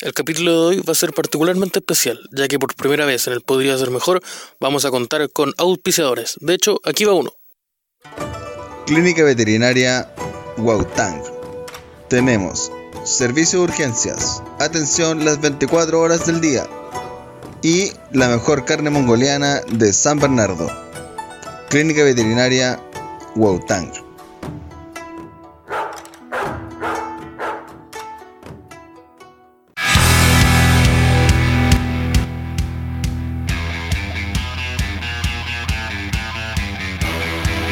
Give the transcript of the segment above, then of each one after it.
El capítulo de hoy va a ser particularmente especial, ya que por primera vez en el Podría Ser Mejor vamos a contar con auspiciadores. De hecho, aquí va uno. Clínica Veterinaria Wautang. Tenemos servicio de urgencias, atención las 24 horas del día y la mejor carne mongoliana de San Bernardo. Clínica Veterinaria Wautang.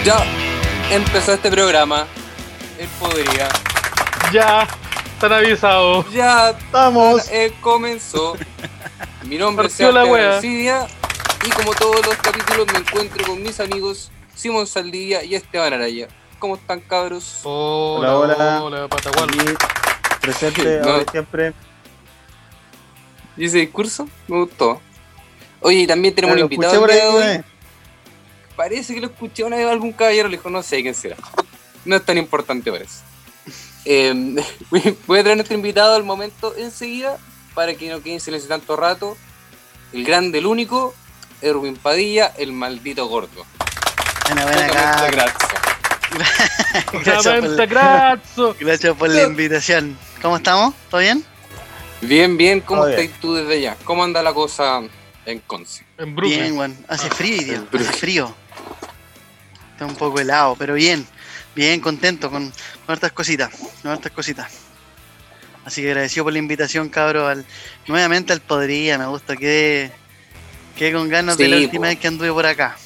Ya empezó este programa. Él podría. Ya, están avisados. Ya Estamos. eh, comenzó. Mi nombre es Partió la Sebastián wea. García y como todos los capítulos me encuentro con mis amigos Simón Saldía y Esteban Araya. ¿Cómo están cabros? Oh. Hola, Hola, hola, hola. hola, Patagual. Aquí, presente, No. ahora y siempre. ¿Y ese discurso? Me gustó. Oye, y también tenemos Lo un invitado escuché por el día ahí, de hoy. ¿eh? Parece que lo escuché una vez algún caballero, le dijo, no sé quién será. No es tan importante parece. Eh, voy a traer a nuestro invitado al momento enseguida, para que no quede en silencio tanto rato. El grande, el único, Erwin Padilla, el maldito gordo. Buena, buena, Muchas acá. gracias. Gracias por, la- Grazo. gracias por la invitación. ¿Cómo estamos? ¿Todo bien? Bien, bien, ¿cómo Todo bien. estás tú desde allá? ¿Cómo anda la cosa en Conce? En Bien, Brooklyn. weón. Hace Ah, frío hoy día, Pero- hace frío. Está un poco helado, pero bien. Bien, contento con, con hartas cositas. Con hartas cositas. Así que agradecido por la invitación, cabro. Al, nuevamente al Podría, me gusta. Quedé, quedé con ganas de la Sí, última po. vez que anduve por acá.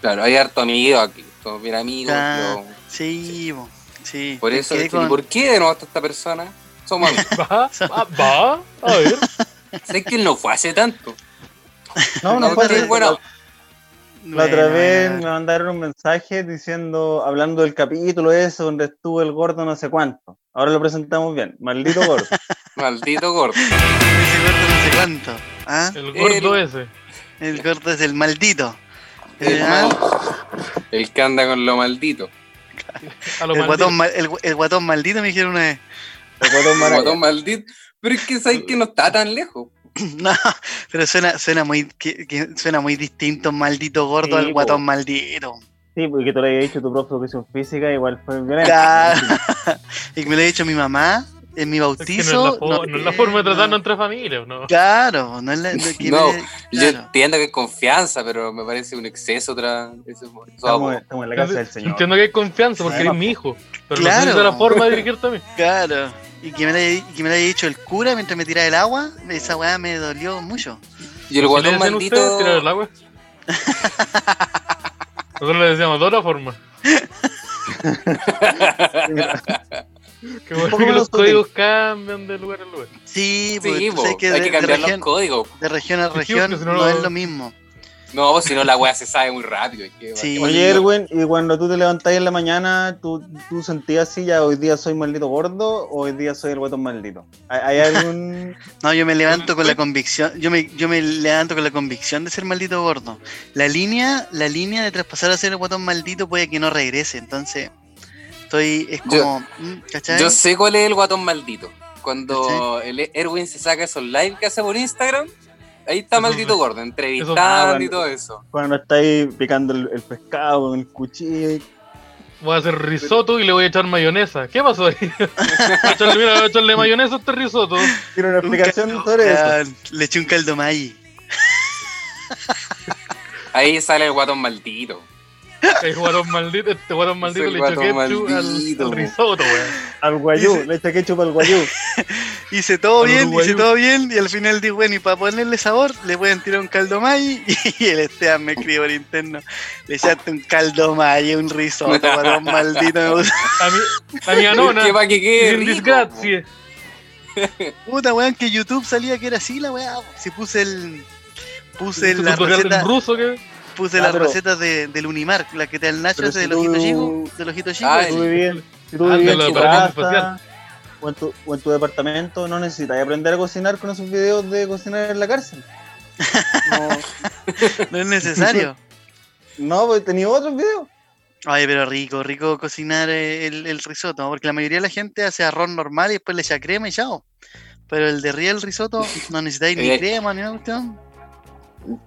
Claro, hay harto amigo aquí, todos bien amigos. Ah, yo- Sí, po, sí. por Me eso, quedé dije, con- ¿y ¿por qué de nuevo está esta persona? Somos amigos. Va, va, Ah, va. A ver. sé que él no fue hace tanto. No, no No, fue sí, así. bueno. La otra Buena, vez buena. me mandaron un mensaje diciendo, hablando del capítulo ese donde estuvo el gordo no sé cuánto. Ahora lo presentamos bien. Maldito gordo. Maldito gordo. Ese corto no sé cuánto. ¿Ah? El gordo El- ese. El corto es el maldito. El, Eh, ah, mal- el que anda con lo maldito. A lo el, maldito. guatón, mal- el, gu- el guatón maldito me dijeron una vez. Te puedo tomar Guatón maldito. Pero es que sabes que no está tan lejos. No, pero suena, suena muy que- que suena muy distinto maldito gordo Sí, al po. guatón maldito. Sí, porque tú le habías dicho a tu profe de educación física, igual fue violento. Claro. y que me lo ha dicho mi mamá en mi Es que no es la, bautizo. fo- no es la forma de tratar no. nuestra familia, ¿no? Claro, no es la. No, que No, me- Yo claro. entiendo que es confianza, pero me parece un exceso. Tra... eso- eso- Estamos, estamos en la casa del señor. Entiendo que hay confianza porque eres Además, mi hijo. Pero Claro. no es la forma de dirigirte a mí. Claro. Y que me, lo haya- y que me lo haya dicho el cura mientras me tiraba el agua, esa weá me dolió mucho. y el ¿Qué le guatón decían ustedes? maldito. ¿Tirar el agua? Nosotros le decíamos de otra forma. Qué bueno poco que los más sutil. códigos cambian de lugar a lugar. Sí, porque Sí, tú po, sabes que hay de- que de cambiar los región- códigos. de región a Sí, región porque si no no, lo- es lo mismo. No, pues si no, la weá se sabe muy rápido. hay que- Sí. Oye, Erwin, ¿y cuando tú te levantás en la mañana, tú, tú sentías así ya hoy día soy maldito gordo o hoy día soy el guatón maldito? ¿Hay, hay algún...? No, yo me levanto con la convicción, yo me, yo me levanto con la convicción de ser maldito gordo. La línea, la línea de traspasar a ser el guatón maldito puede que no regrese, entonces estoy, es Yo- como, mm, ¿cachai? Yo sé cuál es el guatón maldito. Cuando el Erwin se saca esos live que hace por Instagram, ahí está Eso- maldito gordo, ah, entrevistando bueno. y todo eso. Cuando estáis picando el, el pescado con el cuchillo. Voy a hacer risotto y le voy a echar mayonesa. ¿Qué pasó ahí? Voy a echarle- mira, voy a echarle mayonesa a este risotto. Quiero una Un explicación caldo- sobre eso. ah, Le eché un caldo maí. Ahí sale el guatón maldito. El guarón maldito, este guarón maldito el le echó guatón ketchup al- maldito, al, po. risotto, weón. Al guayú, le eché ketchup al guayú. Hice todo Al bien, hice uruguayo. todo bien, y al final dije, bueno, y para ponerle sabor, le pueden tirar un caldo maí, y el Esteban me escribió por interno, le echaste un caldo maí, un risotto, guatón maldito, me gusta. A mí, a mi anona. Que para que quede Sin rico. po. disgracia. Puta weón, que YouTube salía que era así la weá. po. Si puse el. Puse Ese la tutorial en receta, ruso que. puse Ah, las pero- recetas de, del Unimar, la que te da el Nacho pero ese si del ojito tú- chico, del ojito chico. Ah, Si el- tú vivías, si tú Ah, vivías de en tu la operación casa o en tu, o en tu departamento, no necesitas aprender a cocinar con esos videos de cocinar en la cárcel. No, No es necesario. no pues tenía otros videos. Ay, pero rico, rico cocinar eh, el, el risotto, porque la mayoría de la gente hace arroz normal y después le echa crema y chao. Pero el de Riel risotto no necesitáis ni Eh. crema ni una cuestión.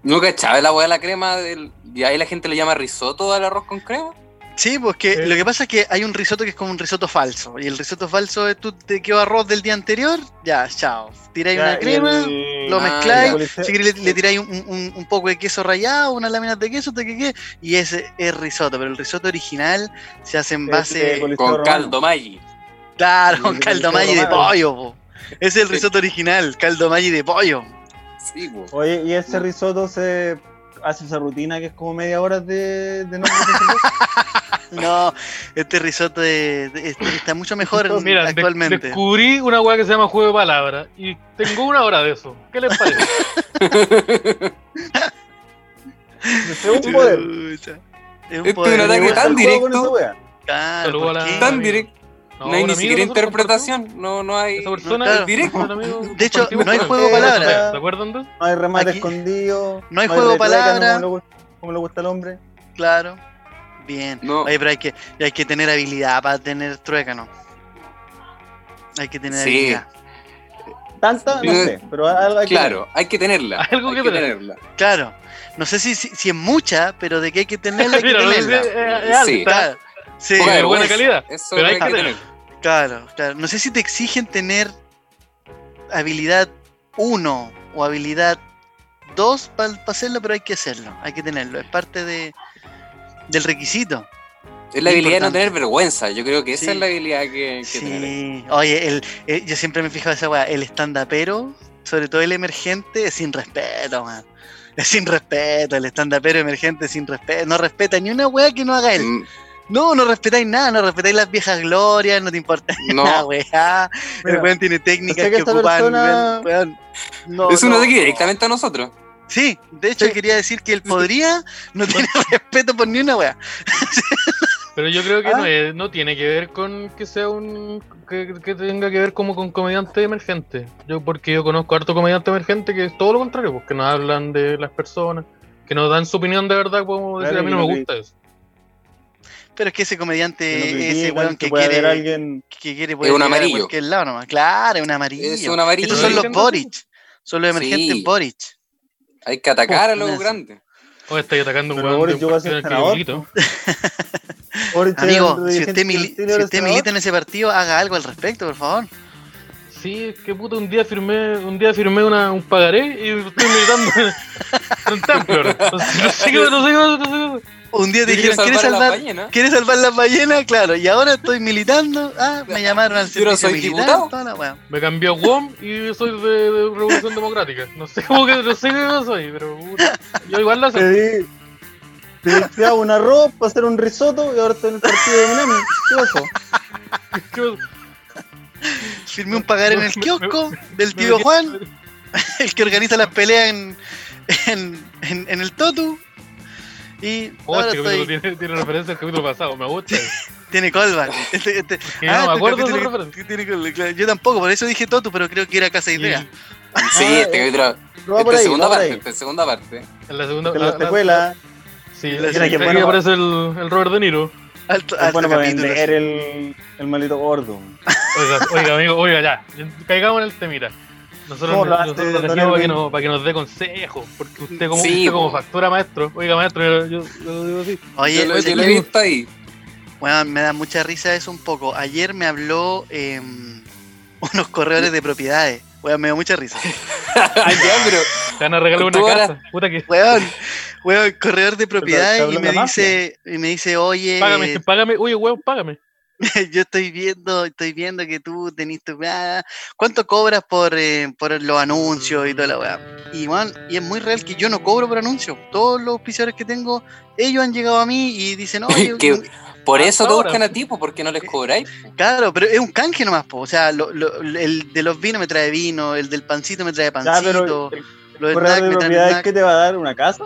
¿No cachaba la hueá de la crema? Del... Y ahí la gente le llama risotto al arroz con crema. Sí, porque Eh. Sí. lo que pasa es que hay un risotto que es como un risotto falso. Y el risotto falso es tú te quedó arroz del día anterior, ya, chao. Tiráis una crema, lo Ah, mezcláis, ya. si queréis le, le tiráis un, un- un poco de queso rallado, unas láminas de queso, te que quede, y ese es risotto. Pero el risotto original se hace en base. Con caldo Maggi. Claro, Y con el risotto caldo Maggi de romano. pollo. po. Ese es el Sí. risotto original, caldo Maggi de pollo. Sí, po. Oye, ¿y ese risotto se hace esa rutina que es como media hora de, de no comer? No, este risotto de- de- este está mucho mejor en- Mira, de- actualmente. descubrí una weá que se llama juego de palabras y tengo una hora de eso. ¿Qué les parece? Es un poder. Chucha. Es un Este poder. es un ataque tan Juego con esa directo. wea. Claro, Saludo a ¿por la- qué? Tan amigo. directo. No, hay un ni amigo siquiera nosotros interpretación. No, no hay. compartimos- Esa persona claro. es Directo. un amigo, De hecho, compartimos no hay con él. juego de palabras. ¿Se acuerdan de? No hay remate Aquí- escondido. No hay juego de retruécano palabra. Como, le gu- como le gusta al hombre. Claro. Bien. No. Oye, pero hay que, hay que tener habilidad para tener truécano. Hay que tener Sí. habilidad. Tanta, no Eh, sé. Pero algo hay que- Claro, hay que tenerla. Algo hay que que tener. tenerla. Claro. No sé si, si, si es mucha, pero de que hay que tenerla, hay que Mira, lo tenerla. dice, eh, es Sí. alta. Claro. Sí, Poca Poca de vergüenza. buena calidad, Eso pero es hay lo que hay que que tener. claro, claro. No sé si te exigen tener habilidad 1 o habilidad 2 para hacerlo, pero hay que hacerlo. Hay que tenerlo. Es parte de, del requisito. Es la habilidad de no Importante. tener vergüenza. Yo creo que esa Sí. es la habilidad que, que tener. Sí, oye, el, eh, yo siempre me he fijado en esa weá, el estandapero, sobre todo el emergente, es sin respeto, man. Es sin respeto, el estandapero emergente es sin respeto, no respeta ni una weá que no haga él. Mm, No, no respetáis nada, no respetáis las viejas glorias, no te importa nada, No, weá. Mira, el weón tiene técnicas sé que que, esta ocupan, persona- weón, weón. No, es uno no, de aquí no. directamente a nosotros. Sí, de hecho Sí. quería decir que él podría, no tiene respeto por ni una weá. Pero yo creo que Ah. no, es- no tiene que ver con que sea un. Que, que tenga que ver como con comediante emergente. Yo, porque yo conozco harto comediante emergente que es todo lo contrario, porque no hablan de las personas, que no dan su opinión de verdad, como decir, Claro, a mí y no no me cri- gusta eso. Pero es que ese que no comediante, ese critican, weón que puede haber quiere... alguien que quiere un llegar a amarillo. cualquier lado nomás. Claro, es un amarillo. Es un amarillo. Estos son los Emergentes, Boric. Son los emergentes Sí. Boric. Hay que atacar a Uf, los una- grandes. O estáis Oh, atacando un Pero weón. Boris, de un yo voy a ser partido en el que senador. milito. Boric era el Amigo, si Este dirigente usted, mili- argentino, si era usted senador. milita en ese partido, haga algo al respecto, por favor. Sí, es que puta, un día firmé, un día firmé una, un pagaré y estoy militando en- en Templor. No sé, no sé qué- no sé qué- no sé qué- Un día te Yo quiero dijeron, ¿quieres a las salvar, ballenas. ¿quieres salvar las ballenas? Claro, y ahora estoy militando. Ah, me llamaron al Yo no servicio soy militar. diputado. toda la wea. Me cambió a WOM y soy de, de Revolución Democrática. No sé cómo que, no sé qué soy, pero puta, yo igual la sé. Te di- Te te hago un arroz para hacer un risotto y ahora estoy en el partido de Minami. ¿Qué pasó? Firmé un pagar en el kiosco del Me tío metí- Juan, el que organiza las peleas en, en, en- en el Totu. Y Oh, ahora este capítulo estoy, tiene, tiene referencia al capítulo pasado, me gusta. eso. tiene callback. Este- este- Que yo Ah, no me este acuerdo de esa capítulo que- referencia. que tiene que- claro, yo tampoco, por eso dije Totu, pero creo que era Casa Idea. Y Sí, Ah, este eh, capítulo. No va esta por ahí, no segunda va por parte. ahí. Esta segunda parte. En la segunda. Te la- la la- secuela Sí, la- sí, la que ahí bueno- aparece el, el Robert De Niro. Alto, es alto bueno para capítulo. vender el, el maldito gordo. Oiga, oiga, amigo, oiga, ya. Caigamos en el temita. Nosotros, ¿Cómo lo hace, nosotros lo don trajimos para que, Erwin? nos, para que nos dé consejos, porque usted como, Sí, usted como po. factura maestro, oiga maestro, yo, yo, yo digo así. Oye, pues, yo lo, oye, yo lo he visto ahí. weón, me da mucha risa eso un poco. Ayer me habló em, unos corredores de propiedades. Weón, me da mucha risa. Ay, ya, pero. Te van a regalar una Tú ahora- casa. Puta que. Weón, weón, corredor de propiedades habló y me la este dice, y me dice, oye, Eh, Págame, págame, oye, weón, págame. yo estoy viendo, estoy viendo que tú tenés tu weá. ¿Cuánto cobras por, eh, por los anuncios y toda la weá? Y man, y es muy real que yo no cobro por anuncios. Todos los auspiciadores que tengo, ellos han llegado a mí y dicen, oye, Que- Por Ah, Hasta eso te ahora. buscan a ti, pues, porque no les cobráis. claro, pero es un canje nomás, po. O sea, lo- lo- el de los vinos me trae vino, el del pancito me trae Ya, pancito, pero el los snacks corredor de me traen propiedades snack. que te va a dar una casa.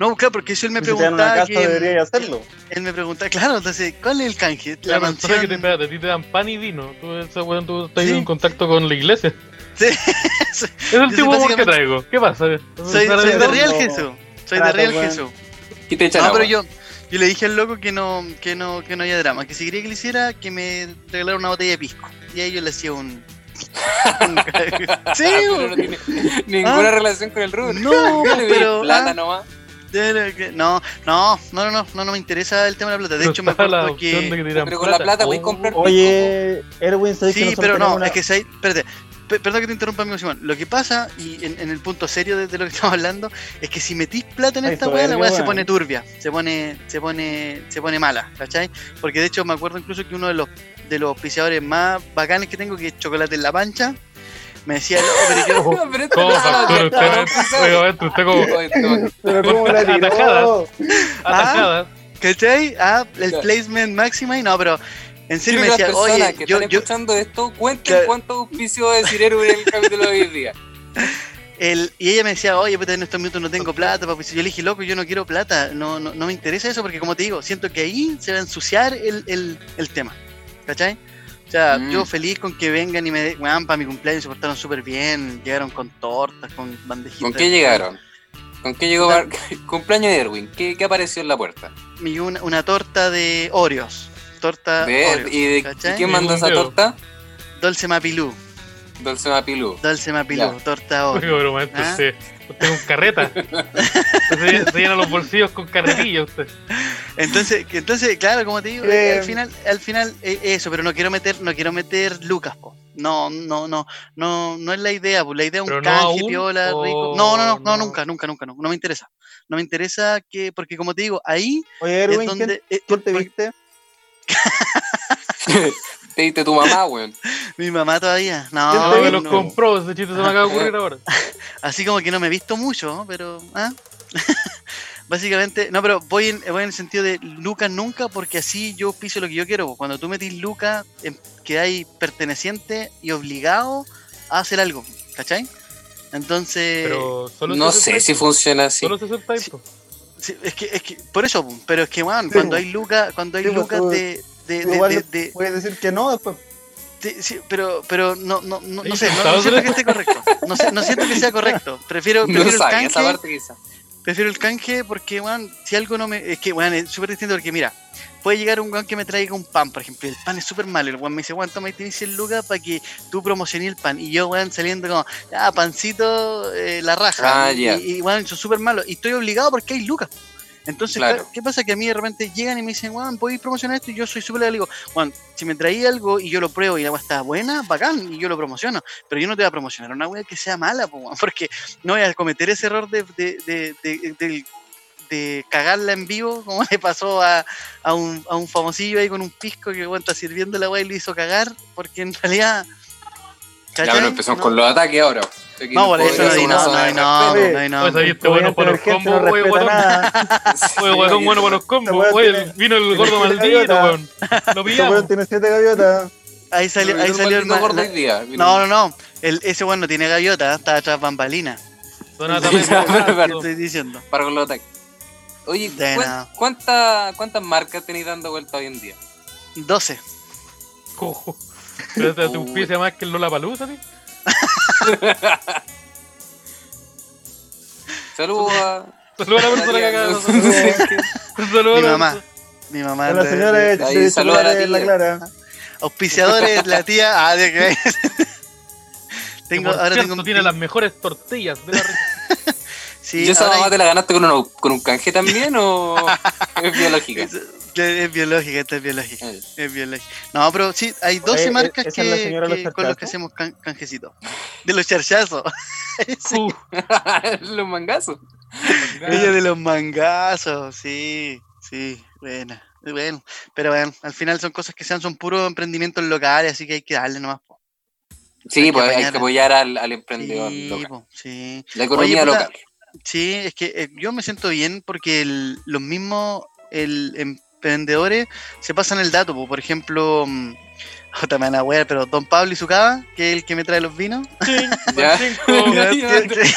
No, claro, porque si él me Si te dan una preguntaba casa que- debería hacerlo. Él me preguntaba, claro, entonces, ¿cuál es el canje? La, La persona mansión. que te espérate, a ti te dan pan y vino. Tú, ese weón, tú estás Sí. en contacto con la iglesia. Sí. Es el tipo de soy humor que básicamente- traigo. ¿Qué pasa? Soy, soy de Pero Real no- Jesús. Soy de Trato, Real weón. Jesús. Y te echan No, agua. Ah, Ah, pero yo, Yo le dije al loco que no, que no, que no había drama, que si quería que le hiciera, que me regalara una botella de pisco. Y ahí yo le hacía un. un ca- sí, Pero no bo. tiene ninguna relación con el rubro. Ah, no, Yo le di pero. plata ah, nomás. de verdad que- no, no, no, no, no, no, no me interesa el tema de la plata. De hecho, me Está la acuerdo opción de que. que te dieran Pero con la plata podéis Oh, comprar- Oye, Erwin, ¿sabes que Sí, nosotros pero no, tenemos una- es que si hay- Espérate. pe- Perdón que te interrumpa, amigo Simón. Lo que pasa, y en, en el punto serio de, de lo que estamos hablando, es que si metís plata en Ay, esta weá, la soberbio, weá se weón. pone turbia, se pone, se pone, se pone mala, ¿cachai? Porque de hecho me acuerdo incluso que uno de los de los auspiciadores más bacanes que tengo, que es Chocolate en la Pancha, me decía, no, pero yo Oh, Pero esto ¿Cómo no es algo factura que usted? Oiga, estaba maestro, usted como pensando. Pero cómo la tiró. Atajadas. Ah. atajada. ¿Cachai? Ah, el Ya. placement máxima y no, pero en Quiero serio me que las decía, personas oye, que yo, están yo escuchando esto cuenten Claro. cuánto auspicio de Cirero en el capítulo de hoy día. el- y ella me decía, oye, puta, en estos minutos no tengo plata, papi. Yo le dije, loco, yo no quiero plata, no, no, no me interesa eso, porque como te digo, siento que ahí se va a ensuciar el, el, el tema, ¿cachai? O sea, Mm. yo feliz con que vengan y me den, weón, para mi cumpleaños se portaron súper bien, llegaron con tortas, con bandejitas. ¿Con qué llegaron? ¿Con qué llegó Bar- cumpleaños de Erwin? ¿Qué, qué apareció en la puerta? Y una, una torta de Oreos, torta De- Oreos, ¿Y de- Ah, ¿cachai? ¿y quién mandó esa Diego. torta? Dulce Mapilú, Dulce Mapilú. Dulce Mapilú, Ya. torta Oreo. Oiga, pero maestro, ¿Ah? usted, usted es un carreta. Usted se, se llena los bolsillos con carretilla usted. Entonces, que- entonces, claro, como te digo, eh, Eh, al final, al final eh, eso, pero no quiero meter, no quiero meter Lucas, po. No, no, no, no, no es la idea, po. la idea es ¿Pero un no canje, aún? piola, ¿O rico. No, no, no, no? no, nunca, nunca, nunca, no, no me interesa. No me interesa que, porque como te digo, ahí Oye, es Erwin, ¿quién, donde eh, quién te por- viste? Te diste tu mamá, weón. mi mamá todavía. ¿Quién No, te Ah, me vino? los no. compró, ese chiste se me acaba de ocurrir ahora. así como que no me he visto mucho, pero ¿ah? básicamente, no, pero voy en, voy en el sentido de Lucas nunca, porque así yo piso lo que yo quiero. po. Cuando tú metís Lucas, em- quedáis perteneciente y obligado a hacer algo, ¿cachai? Entonces, Pero solo No se sé acepta si ahí, funciona así. Solo se acepta ahí, Sí. po. sí, es, que, es que, por eso, po, pero es que, weón, Sí, cuando po. hay Lucas, cuando hay Sí, po, Lucas tú- de. de- de- Igual de- le de- puedes decir que no después. de- sí, pero, pero no, no, no, no Ahí sé, no, está no siento otra. que esté correcto. No, sé, no siento que sea correcto. Prefiero, No prefiero el sabía esa canje. parte quizá. Prefiero el canje porque, weón, si algo no me. Es que, weón, es súper distinto porque, mira, puede llegar un weón que me traiga un pan, por ejemplo, y el pan es súper malo. El weón me dice, weón, toma este 100 lucas para que tú promociones el pan. Y yo, weón, saliendo como, ah, pancito, eh, la raja. Ah, y, ya. y, weón, son súper malos. Y estoy obligado porque hay lucas. Entonces, Claro. claro, ¿qué pasa? Que a mí de repente llegan y me dicen, weón, ¿podéis promocionar esto? Y yo soy súper le digo, weón, si me traí algo y yo lo pruebo y la weá está buena, bacán, y yo lo promociono. Pero yo no te voy a promocionar una weá que sea mala, po, weón, porque no voy a cometer ese error de, de, de, de- del- de cagarla en vivo, como le pasó a, a, un, a un famosillo ahí con un pisco que bueno, está sirviendo la weá y lo hizo cagar, porque en realidad. Ya, ¿cachai? pero empezamos No. con los ataques ahora. Aquí No, por puedo eso ir no, a di- una no, zona no, de no, respeto. no, no, Pues ahí este Tu bueno gente para los emergente combos, no oye, respeta guatón. nada. Oye, guatón, bueno para los combos. weón Oye, tiene- vino el tiene gordo siete maldito, gaviotas. weón. Lo Tu weón pillamos. tiene siete gaviotas. Ahí salió, ahí Mira, salió el maldito ma- gordo la- hoy día. Mira. No, no, no. El, ese weón no tiene gaviota, está atrás bambalina. Donata, Sí, Mesa, pero- ¿Qué Donato. estoy diciendo? Para con los ataques. Oye, De ¿cuán- nada. cuánta- ¿cuántas marcas tenéis dando vuelta hoy en día? 12. Cojo. Pero este te te auspicia más que el Lola Palusa, ¿sí? Saludos a. Saludos a la persona que acaba de María, hacer. Saludos Mi a la mamá. persona. Mi mamá. A la de- señora de- de, ahí de saluda a la celulares, la tía. Clara. Auspiciadores, la tía. Ah, de que. Que, por tengo, ahora cierto, tengo un. tiene las mejores tortillas de la región. Sí, ¿Y esa ahora mamá hay- te la ganaste con, una- con un canje también o es biológica? es, es biológica, esta es biológica. Eh, Es biológica. No, pero sí, hay 12 eh, marcas esa es la que, señora de los que- con las que charchazos. hacemos can- canjecitos. De los charchazos. Sí. Uh, Los mangazos. Ella de los mangazos, sí, sí, buena, bueno, pero bueno, al final son cosas que sean, son puros emprendimientos locales, así que hay que darle nomás. po. Sí, que pues hay mañana. que apoyar al, al emprendedor Sí, local. po, sí, La economía puta, local. sí, es que eh, yo me siento bien porque el- los mismos el, emprendedores se pasan el dato, po. por ejemplo, mm, otra me van a wear, pero Don Pablo y su cava, que es el que me trae los vinos, ching, Ya. cinco. Ya. que, que-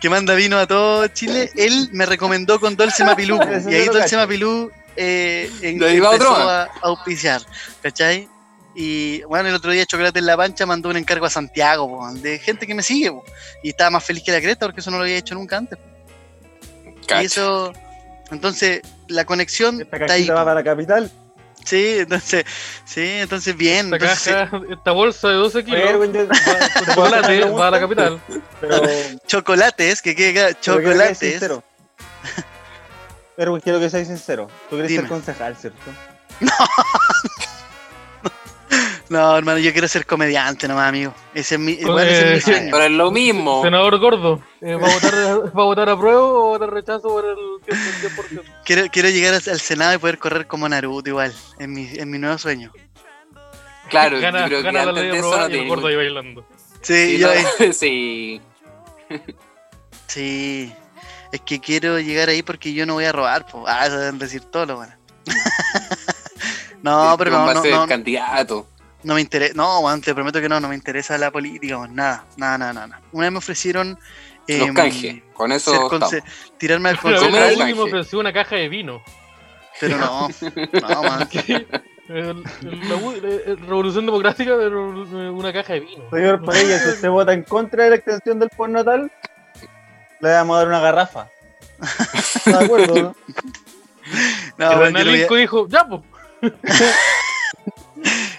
que manda vino a todo Chile, él me recomendó con Dolce Mapilú. po, Eso y yo ahí lo Dolce cacho. Mapilú eh, en- De ahí va empezó otro, a, a auspiciar, ¿cachai? Y bueno, el otro día Chocolate en la Pancha mandó un encargo a Santiago, po, de gente que me sigue, po, y estaba más feliz que la creta porque eso no lo había hecho nunca antes. po. Y Cacha. eso, entonces, la conexión Esta está ahí. cajita va para la capital. Sí, entonces, sí, entonces bien. Esta entonces, caja, esta bolsa de 12 Oye, kilos Erwin, yo- con ¿te puedo hacer una chocolate pregunta? va a la capital. Pero- chocolates, que quede claro, pero quiero que seas chocolates. sincero. Erwin, quiero que seas sincero. Tú quieres Dime. ser concejal, ¿cierto? No, hermano, yo quiero ser comediante nomás, amigo. Ese es mi, Con- bueno, ese Pues, es mi eh, sueño. Pero es lo mismo. Senador gordo, eh, ¿va, a votar, ¿va a votar apruebo o va a votar rechazo por el 10%? Quiero, quiero llegar al al Senado y poder correr como Naruto igual, en mi, en mi nuevo sueño. Claro, gana, yo creo que gana la antes ley de eso aprobada no y tiene el gordo ningún- ahí bailando. Sí, Sí, yo no, ahí- sí. sí. Es que quiero llegar ahí porque yo no voy a robar, po. Ah, eso deben decir todo lo bueno. no, Trump pero no, va a no, ser no, el candidato. no me interesa. No, weón, te prometo que no, no me interesa la política, weón, nada, nada, nada, nada, nada. Una vez me ofrecieron. Los em, canjes. Con eso ser conce- estamos. tirarme al Una vez comer a el concejal, alguien me canje. ofreció una caja de vino. pero no, no, man. El- el- la U- eh, eh, Revolución Democrática, pero eh, una caja de vino. Señor Paredes, si usted vota en contra de la extensión del postnatal, le vamos a dar una garrafa. ¿Está de acuerdo? no? El No, weón, yo no voy a- analinco dijo, ya, pues.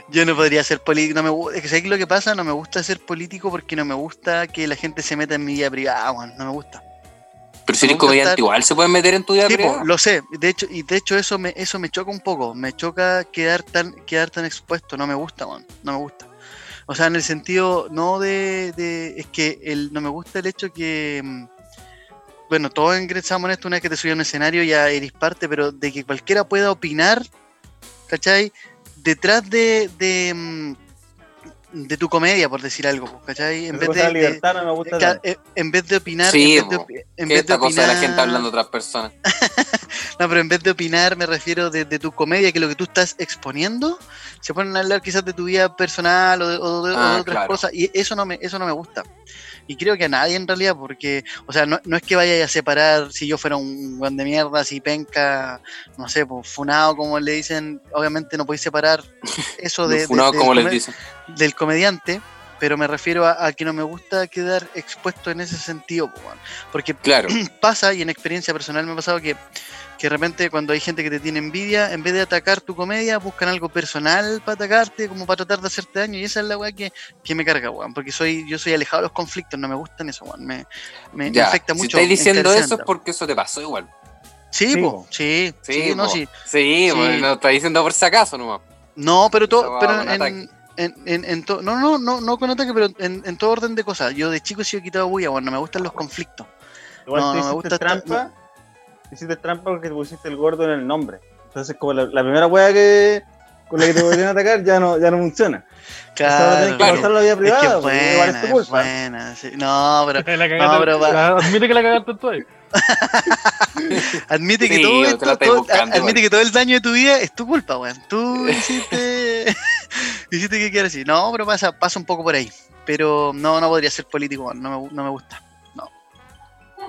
Yo no podría ser político, no me gu- es que ¿sabes lo que pasa? No me gusta ser político porque no me gusta que la gente se meta en mi vida privada, weón, no me gusta. Pero si eres Nunca comediante, estar- igual se pueden meter en tu vida Sí, po, privada. lo sé, de hecho, y de hecho eso me, eso me choca un poco, me choca quedar tan, quedar tan expuesto, no me gusta, weón, no me gusta. O sea, en el sentido, no de, de- es que el, no me gusta el hecho que, mm, bueno, todos ingresamos en esto, una vez que te subes a un escenario ya eres parte, pero de que cualquiera pueda opinar, ¿cachai? Detrás de, de, mm, de tu comedia, por decir algo, ¿cachai? En Me vez gusta la de, de- libertad, no me gusta ca- tanto. eh, en vez de opinar, Sí, en vez de, po. opi- en Que vez de esta cosa de la gente opinar- hablando a otras personas. no, pero en vez de opinar, me refiero de, de tu comedia, que lo que tú estás exponiendo, se ponen a hablar quizás de tu vida personal o de, o de- o de Ah, otras claro. cosas, y eso no, me, eso no me gusta. Y creo que a nadie en realidad, porque, o sea, no, no es que vaya a separar si yo fuera un guan de mierda, si penca, no sé, pues, funado, como le dicen, obviamente no podéis separar eso de. de- Los funados, de como les comer- dicen. del comediante, pero me refiero a, a que no me gusta quedar expuesto en ese sentido, po, weón. porque Claro. pasa, y en experiencia personal me ha pasado que, que de repente cuando hay gente que te tiene envidia, en vez de atacar tu comedia, buscan algo personal para atacarte, como para tratar de hacerte daño, y esa es la weá que, que me carga, weón, porque soy, yo soy alejado de los conflictos, no me gustan eso, weón, me, me, me Ya. afecta Si mucho. estáis diciendo eso es encarecidamente. porque eso te pasó igual. Sí, Sí, po, po. sí, sí, no, po. sí. Sí, Sí. po, no estás diciendo por si acaso nomás. No, pero todo, Esa pero va con en, en, en, en to- no, no, no, no con ataque, pero en, en todo orden de cosas. Yo de chico sí he quitado bulla, bueno, me gustan los conflictos. Igual tú no, no me hiciste gusta esta- trampa, hiciste trampa porque te pusiste el gordo en el nombre. Entonces, como la, la primera wea que con la que te volvieron a atacar ya no, ya no funciona. Ahora Claro, tenés que cortar la vida Es que privada. es porque igual buena, es tu es culpa. buena. sí. No, pero La cagaste- pero va. la- admite que la cagaste tú ahí. admite que Sí, todo yo te esto- la estoy todo- buscando, admite weón. que todo el daño de tu vida es tu culpa, weón. Tú hiciste, hiciste que quieras así. No, pero pasa, pasa un poco por ahí. Pero no, no podría ser político, weón, no me, gu- no me gusta.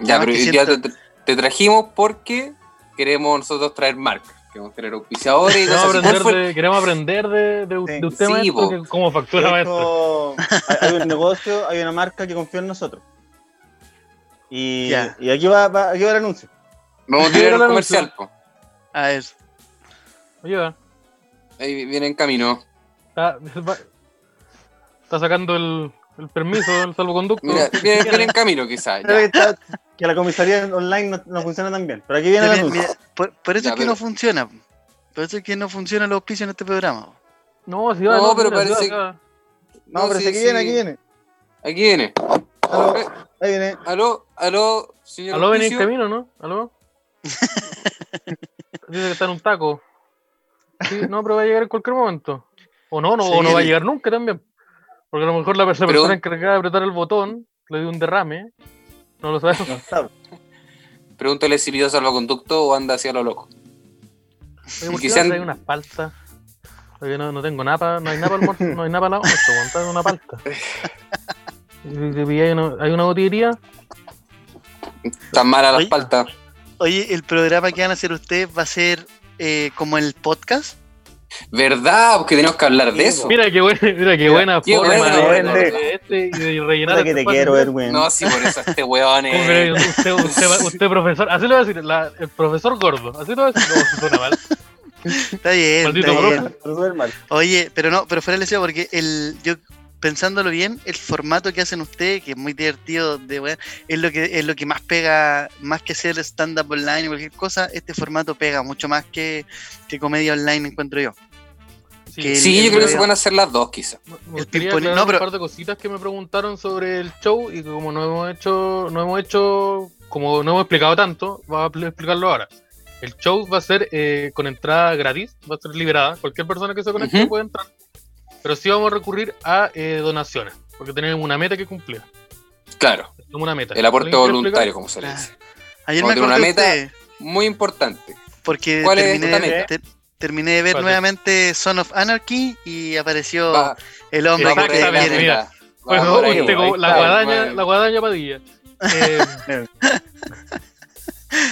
Ya, No, pero es que ya te, siento- te trajimos porque queremos nosotros traer marcas. Queremos tener auspiciadores y Queremos cosas así. aprender Por- de, queremos aprender de, de, Sí. de usted, Sí, maestro, po. que como De factura, maestro. hecho, hay- hay un negocio, hay una marca que confía en nosotros. Y, Ya. y aquí, va, va- aquí va el anuncio. Vamos a tirar Yo un la comercial. pues. po. A ver, Oye, va, Ahí viene en camino. está, va- está sacando el, el permiso, el salvoconducto. Mira, viene, viene en camino quizás. Creo que, está- que la comisaría online no, no funciona tan bien. Pero aquí viene el mira, anuncio. mira, por, por eso Ya, es que pero- no funciona. Por eso es que no funciona el auspicio en este programa. No, si va, No, no, pero mira, si va, parece si va. No, pero si aquí viene, aquí viene. Aquí viene. Aló, ahí viene. Eh, Aló, aló, señor. Aló, venía en auspicio. camino, ¿no? Aló. Dice que está en un taco. Sí, no, pero va a llegar en cualquier momento. O no, no, Sí, o no va a el- llegar nunca también. Porque a lo mejor la persona, Pero- persona encargada de apretar el botón le dio un derrame. No lo sabemos. No está. Pregúntale si pidió salvoconducto o anda hacia lo loco. Oye, ¿por qué Quizá- no traes una palta? Oye, no, no tengo nada, pa- no hay nada para almuerzo, no hay nada para la once, weón, trae una palta. Y te pilláis una- ¿Hay una botillería? Tan mala las Oye. paltas. Oye, el programa que van a hacer ustedes va a ser eh, como el podcast, ¿Verdad? Porque tenemos que hablar de eso. Mira qué buena, mira qué buena qué forma buena, de- buena. de este y de rellenar Puta que el te espacio. quiero, Erwin. No, sí, por eso este weón Oh, pero es... usted, usted, va- usted, profesor, así lo voy a decir, la- el profesor gordo, así lo voy a decir, no, si suena mal. Está bien, Maldito está bien. profe. Pero súper mal. Oye, pero no, pero fuera de eso, porque el, yo pensándolo bien, el formato que hacen ustedes, que es muy divertido, de weá, es lo que es lo que más pega, más que hacer stand-up online o cualquier cosa, este formato pega mucho más que, que comedia online, encuentro yo. Sí, Que Sí, yo creo que se el- pueden hacer las dos, quizás. Me El gustaría ping-pong- aclarar no, pero- un par de cositas que me preguntaron sobre el show y que como no hemos hecho, no hemos hecho, como no hemos explicado tanto, va a pl- explicarlo ahora. El show va a ser eh, con entrada gratis, va a ser liberada. Cualquier persona que se conecte Ujú. puede entrar. Pero sí vamos a recurrir a eh, donaciones, porque tenemos una meta que cumplir. Claro, Tenemos una meta. el aporte ¿Alguien quiere explicar? voluntario, como se le dice. Vamos Ayer me a tener una acordé de meta. ustedes, Muy importante. porque ¿Cuál es terminé, tu de- meta? ter- terminé de ver ¿Cuál es? nuevamente Son of Anarchy y apareció Va, el va hombre que por ahí ustedes la Exactamente, quieren. mira. meta. Va Pues, por Ah, ahí, este, ahí como la está, guadaña, va. la guadaña Padilla. Eh,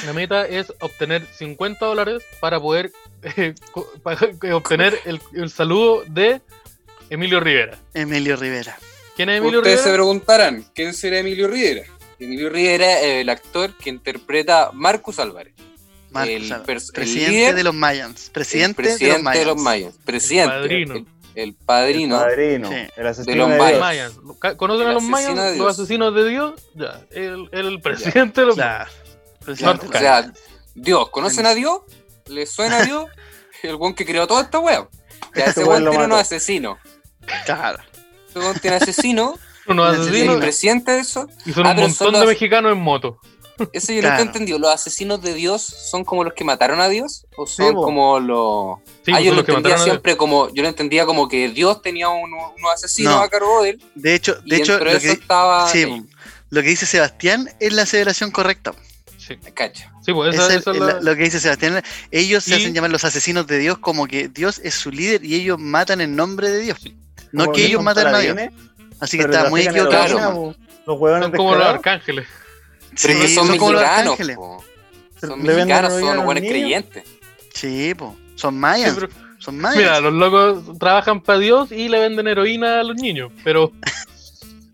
la meta es obtener 50 dólares para poder eh, co- para que obtener el, el saludo de Emilio Rivera. Emilio Rivera. ¿Quién es Emilio Ustedes se Rivera? preguntarán, ¿quién será Emilio Rivera? Emilio Rivera es el actor que interpreta a Marcus Álvarez, Marcos el, Álvarez, pers- el presidente líder, de los Mayans. el Presidente, presidente de los Mayans. Mayans, presidente, el padrino. el- el padrino, Padrino. Sí. El De asesino los de Mayas. Dios. Mayans. Ca- El ¿Conocen a los asesino de Mayans? Dios. Los asesinos de Dios. Ya, el, el presidente de los Claro. Claro, Presidente o de los sea, Mayans. Dios, ¿conocen a Dios? ¿Le suena a Dios? El weón que creó toda esta wea. Ya, Este ese weón weón lo tiene mató. unos asesinos. Claro. Ese weón tiene asesinos. unos el y el asesinos asesino. presidente de eso. y son Ah, un pero son montón de los- mexicanos en moto. Eso yo Claro. nunca he entendido. ¿Los asesinos de Dios son como los que mataron a Dios? ¿O Sí, son po. como los.? Sí, ah, yo son lo los que entendía mataron a Dios. siempre como. Yo lo entendía como que Dios tenía uno- unos asesinos No. a cargo de él. De hecho, Y de hecho dentro de lo, eso que, estaba. sí, él, lo que dice Sebastián es la aseveración correcta. Sí, cacha. sí pues esa, Esa es esa es la- la- lo que dice Sebastián. Ellos se Y- hacen llamar los asesinos de Dios como que Dios es su líder y ellos matan en nombre de Dios. Sí. No Como que ellos son mataron a Dios. paladines, Así que pero está trafican muy heroína, equivocado. equivocado. po. Los huevones son como los descarados arcángeles. Pero Sí, que son, son como los mexicanos. ángeles. po. le Son venden mexicanos, heroína a son los buenos niños. creyentes. Sí, po. son Sí, mayas. pero- Son mayas. Mira, los locos trabajan para Dios y le venden heroína a los niños, pero.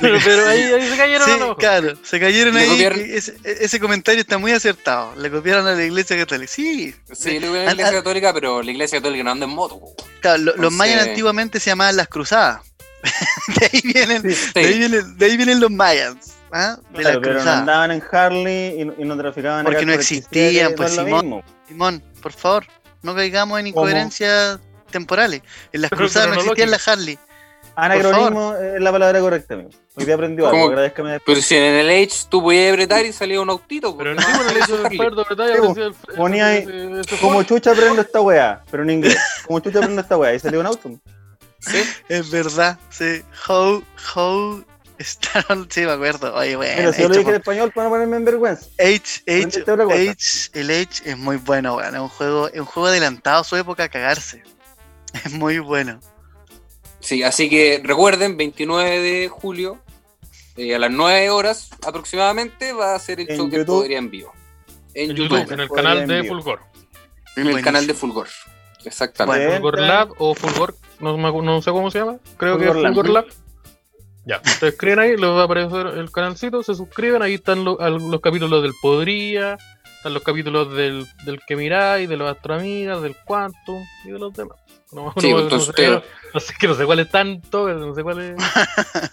pero, pero ahí, ahí se cayeron Sí, a los claro, se cayeron Le ahí. copiaron- y Ese, e-, ese comentario está muy acertado. Le copiaron a la iglesia católica. Sí, Sí, yo le voy a Al- la iglesia al- católica, pero la iglesia católica no anda en moto. po. claro, lo- los Entonces- mayas antiguamente se llamaban las cruzadas. de, ahí vienen, Sí. de, ahí vienen, de ahí vienen los mayas. ¿ah? Claro, De las pero no cruzadas. andaban en Harley y no, y no traficaban Porque acá no por existían, existir, no pues, es lo Simón. mismo. Simón, por favor, no caigamos en ¿Cómo? incoherencias temporales. En las Pero cruzadas no existían las cronológicas. Harley. Anacronismo es la palabra correcta, amigo. Hoy día aprendió algo, ¿Cómo? agradezcame Pero si en el Age tú podías bretar y salía un autito. po. Pero en No, ningún salía momento un el Harley. Alberto Bretaña Sí, apareció el- ponía ahí ese- ese Como juego. chucha aprendo esta weá, pero en inglés. Como chucha aprendo esta weá, y salió un auto. Sí. Es verdad, sí. How, how estaron, sí, me acuerdo. Oye, bueno. Mira, si yo lo hecho dije en por- español para no ponerme en vergüenza. Age, Age, Inventé otra cosa. Age, el Age es muy bueno, weón. Es un juego, es un juego adelantado a su época a cagarse. Es muy bueno. Sí, así que recuerden, 29 de julio, eh, a las 9 horas aproximadamente, va a ser el En show que YouTube. podría en vivo. En, En YouTube, YouTube, en el Podría canal de enviar. Fulgor. en el Buenísimo. canal de Fulgor. Exactamente. Bueno. Fulgor Entran. Lab o Fulgor, no, me acu- no sé cómo se llama, creo que es Fulgor Lab. Fulgor Lab. Ya, ustedes creen ahí, les va a aparecer el canalcito, se suscriben, ahí están lo- al- los capítulos del Podría, están los capítulos del, del que miráis, de los astroamigas, del Quantum y de los demás. No, Sí, no- no entonces sé, ustedes- no sé, que no sé cuál es tanto, no sé cuál es...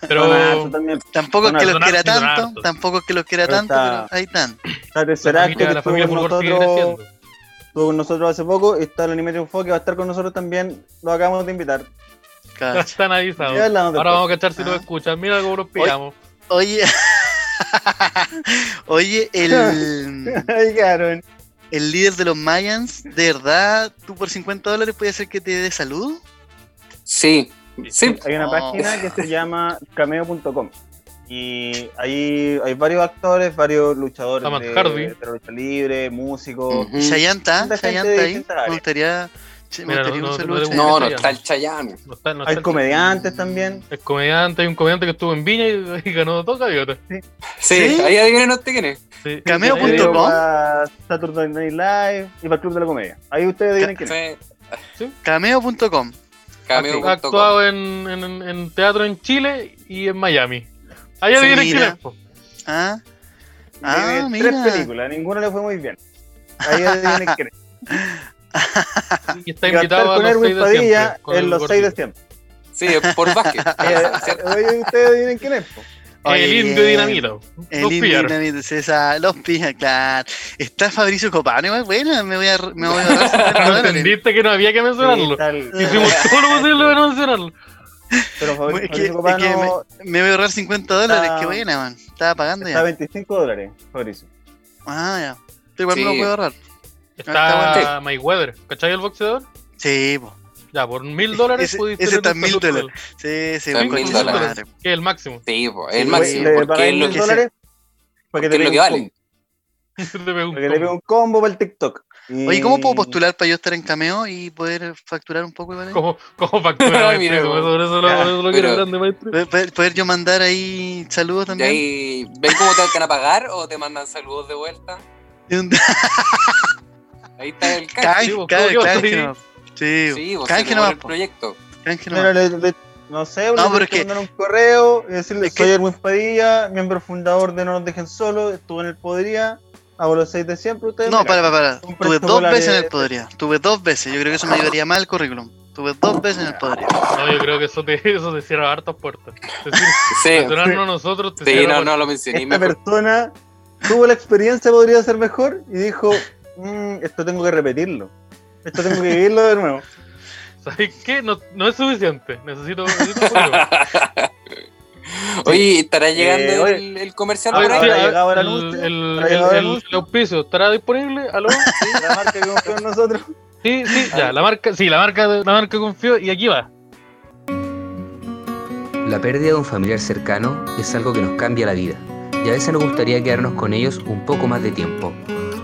Pero... Donato también. Tampoco es Bueno, que los donar- quiera donar tanto, harto. tampoco es que los quiera Pero tanto, está- pero ahí están. La la tercera acto familia, que la estuvo familia con Fulgor sigue nosotros, creciendo. estuvo con nosotros hace poco, y está el anime Triunfo que va a estar con nosotros también. Lo acabamos de invitar. Cacha. Están avisados. Ya hablamos Ahora después. vamos a cachar si Ah. nos escuchan. Mira cómo nos pillamos. Oye, oye, el, Ahí quedaron. el líder de los Mayans, de verdad, tú por 50 dólares puede ser que te dé salud. Sí, sí. Hay una No. página que se llama cameo.com. Y ahí hay varios actores, varios luchadores Está Matt de, Hardy. de la lucha libre, músicos. Ujú. Chayanta, Tanta gente de Chayanta ¿ah? ahí. distintas áreas. Me gustaría, che, me Mira, gustaría no- un no- saludo. no No, le- a Chayanta. no ya. está el Chayán. No está- no está Hay el- comediantes también. el comediante, hay un comediante que estuvo en Viña y, y ganó dos gaviotas. Sí, ¿Sí? ahí adivinen usted quién es. Sí. Cameo Sí, punto sí, com. para Saturday Night Live y para el Club de la Comedia. Ahí ustedes adivinen quién es. Sí. Cameo.com. Cameo.com. Ha actuado en, en- en teatro en Chile y en Miami. Allá Sí, viene mira. Chile. po. Ah, Ah, Tiene mira. Tres películas, ninguna le fue muy bien. Ahí adivinen quién es. Y está Gastar invitado a con los Erwin seis de Padilla siempre, con en el los seis de gordito. Sí, siempre. es por Vázquez. Eh, ¿cierto? Oye, ustedes adivinen quién es. po. Oye, El indio bien. dinamita. po. El Los Indy pillaron. Dinamita, sí, esa- los pilla, claro. Está Fabricio Copano, igual, bueno, me voy a, me voy a ahorrar 70 No dólares. entendiste que no había que mencionarlo. Está el- Hicimos todo lo posible para no mencionarlo. Pero Fabri- Es que- Fabricio es que Copano Me voy a ahorrar 50 dólares, Está- qué buena, man. Estaba pagando está a ya. 25 dólares, Fabricio. Ah, ya. Pero igual Sí. me lo puedo ahorrar. Está Está Mayweather. ¿Cachai el boxeador? Sí, po. Ya, por mil dólares E-, Ese- pudiste ese tener está un en mil saludo. dólares. Sí, sí, Está en un mil coche de dólares. madre. Que es el máximo. Sí, po, el Le- máximo. Le porque es pagáis lo mil que, dólares para que porque te es lo pegue que un vale. combo. Te pegó un Para que le pegue combo. un combo para el TikTok. Y- Oye, ¿cómo puedo postular para yo estar en Cameo y poder facturar un poco, igual? ¿Cómo, cómo factura, Ah, mira, maestro? bueno. Sobre eso lo, Ya, sobre eso lo quiero pero- grande, maestro. Poder- Poder, poder yo mandar ahí saludos De también. ahí, ¿ven cómo te van a pagar o te mandan saludos de vuelta? De un- Ahí está el Canje, canje. Sí, vos, claro, ¿cómo que canje vas nomás. Sí, Sí, vos, canje se enamoró nomás, el po, proyecto. canje nomás. Mira, le- le- no sé, le pero tienes es que que- mandar un correo y decirle, es que- soy Erwin Padilla, miembro fundador de No Nos Dejen Solo, estuve en el Podría, hago los seis de siempre, ustedes No, me para, cagan". para, para. Compré Tuve dos chocolates. veces en el Podría. Tuve dos veces. Yo creo que Ah. eso me ayudaría más al currículum. Tuve dos veces en el Podría. No, yo creo que eso te, eso te cierra hartas puertas. Es decir, Sí, mencionarnos nosotros te sí, cierra no, puertas. no lo mencioné. Esta mejor. persona tuvo la experiencia, podría ser mejor, y dijo, "Mm, esto tengo que repetirlo, esto tengo que vivirlo de nuevo. ¿Sabes qué? No, no es suficiente. Necesito, necesito un poco. Oye, ¿estará Eh, llegando oye. el, el comercial A ver, por Ahora sí, ahí? a ver, llegaba el el- anuncio, el- ahora el- llegaba el el- anuncio. el auspicio estará disponible. ¿Aló? La marca que confió en nosotros. Sí, sí, ya, la marca, sí, la marca, la marca confió y aquí va. La pérdida de un familiar cercano es algo que nos cambia la vida y a veces nos gustaría quedarnos con ellos un poco más de tiempo.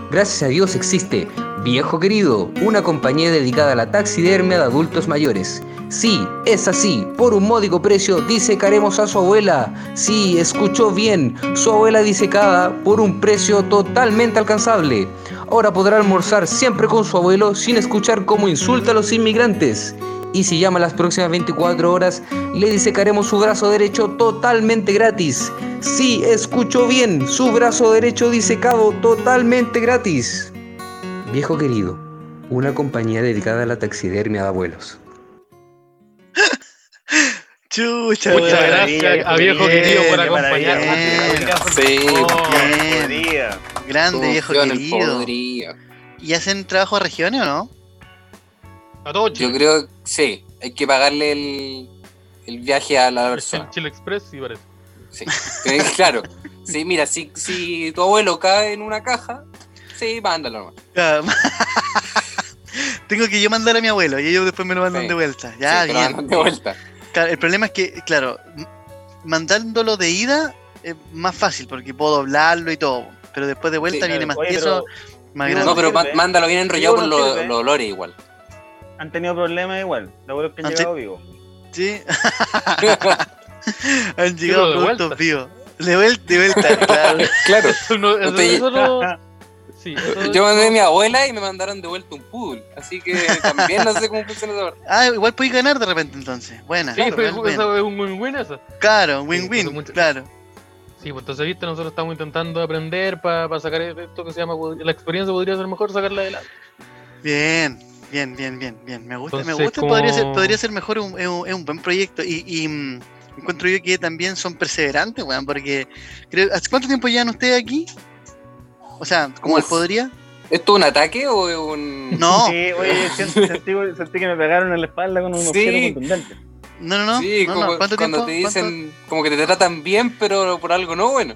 Gracias a Dios existe Viejo Querido, una compañía dedicada a la taxidermia de adultos mayores. Sí, es así, por un módico precio disecaremos a su abuela. Sí, escuchó bien, su abuela disecada por un precio totalmente alcanzable. Ahora podrá almorzar siempre con su abuelo sin escuchar cómo insulta a los inmigrantes. Y si llama las próximas 24 horas, le disecaremos su brazo derecho totalmente gratis. Sí, escuchó bien, su brazo derecho disecado totalmente gratis. Viejo querido, una compañía dedicada a la taxidermia de abuelos. Chucha, Muchas Qué weón. maravilla, gracias a qué viejo maravilla, querido por qué maravilla. acompañarnos. Sí, Oh, Bien, grande, viejo confió en el querido. podría. ¿Y hacen trabajo a regiones o no? a todos Yo Chile. creo que sí, hay que pagarle el, el viaje a la El persona. Chile Express, sí, parece. Sí. Eh, claro. Sí, mira, si, si tu abuelo cae en una caja, sí, mándalo nomás. Ya. Tengo que yo mandar a mi abuelo y ellos después me lo mandan Sí. de vuelta. Ya, Sí, te lo bien. mandan de vuelta. Claro, el problema es que, claro, m- mandándolo de ida es más fácil porque puedo doblarlo y todo. Pero después de vuelta Sí, viene Oye, más pero tieso, más yo grande. No, pero sirve. ma- mándalo bien enrollado por Vivo no los sirve. los olores igual. han tenido problemas igual, la verdad es Ah, que han Han llegado vivos. Sí. Han llegado pero de productos vuelta. vivos. De vuelta, de vuelta, claro. claro. Eso no, eso, Usted- eso no- Sí, eso- Yo mandé a mi abuela y me mandaron de vuelta un poodle. Así que también no sé cómo funciona esa parte. Ah, igual podéis ganar de repente entonces. Buena. Sí, pues, igual eso buena. es un win-win eso. Claro, pues, win-win, mucho- claro. Sí, pues entonces, viste, nosotros estamos intentando aprender para sacar esto que se llama, pod- la experiencia podría ser mejor sacarla adelante. Bien, bien, bien, bien, bien. Me gusta, me Entonces, gusta. Podría ser, como- podría ser mejor, un- es un, es un buen proyecto. Y, y, mm, encuentro yo que también son perseverantes, weón, porque... creo- ¿hace ¿Cuánto tiempo llevan ustedes aquí? O sea, ¿cómo Uf. él podría? ¿Esto es un ataque o es un.? No, Sí, oye, sentí, sentí- sentí que me pegaron en la espalda con un Sí. objeto contundente. no, no, no. sí, no, no, como ¿Cuánto cuando tiempo? te ¿Cuánto? dicen como que te tratan bien, pero por algo no bueno.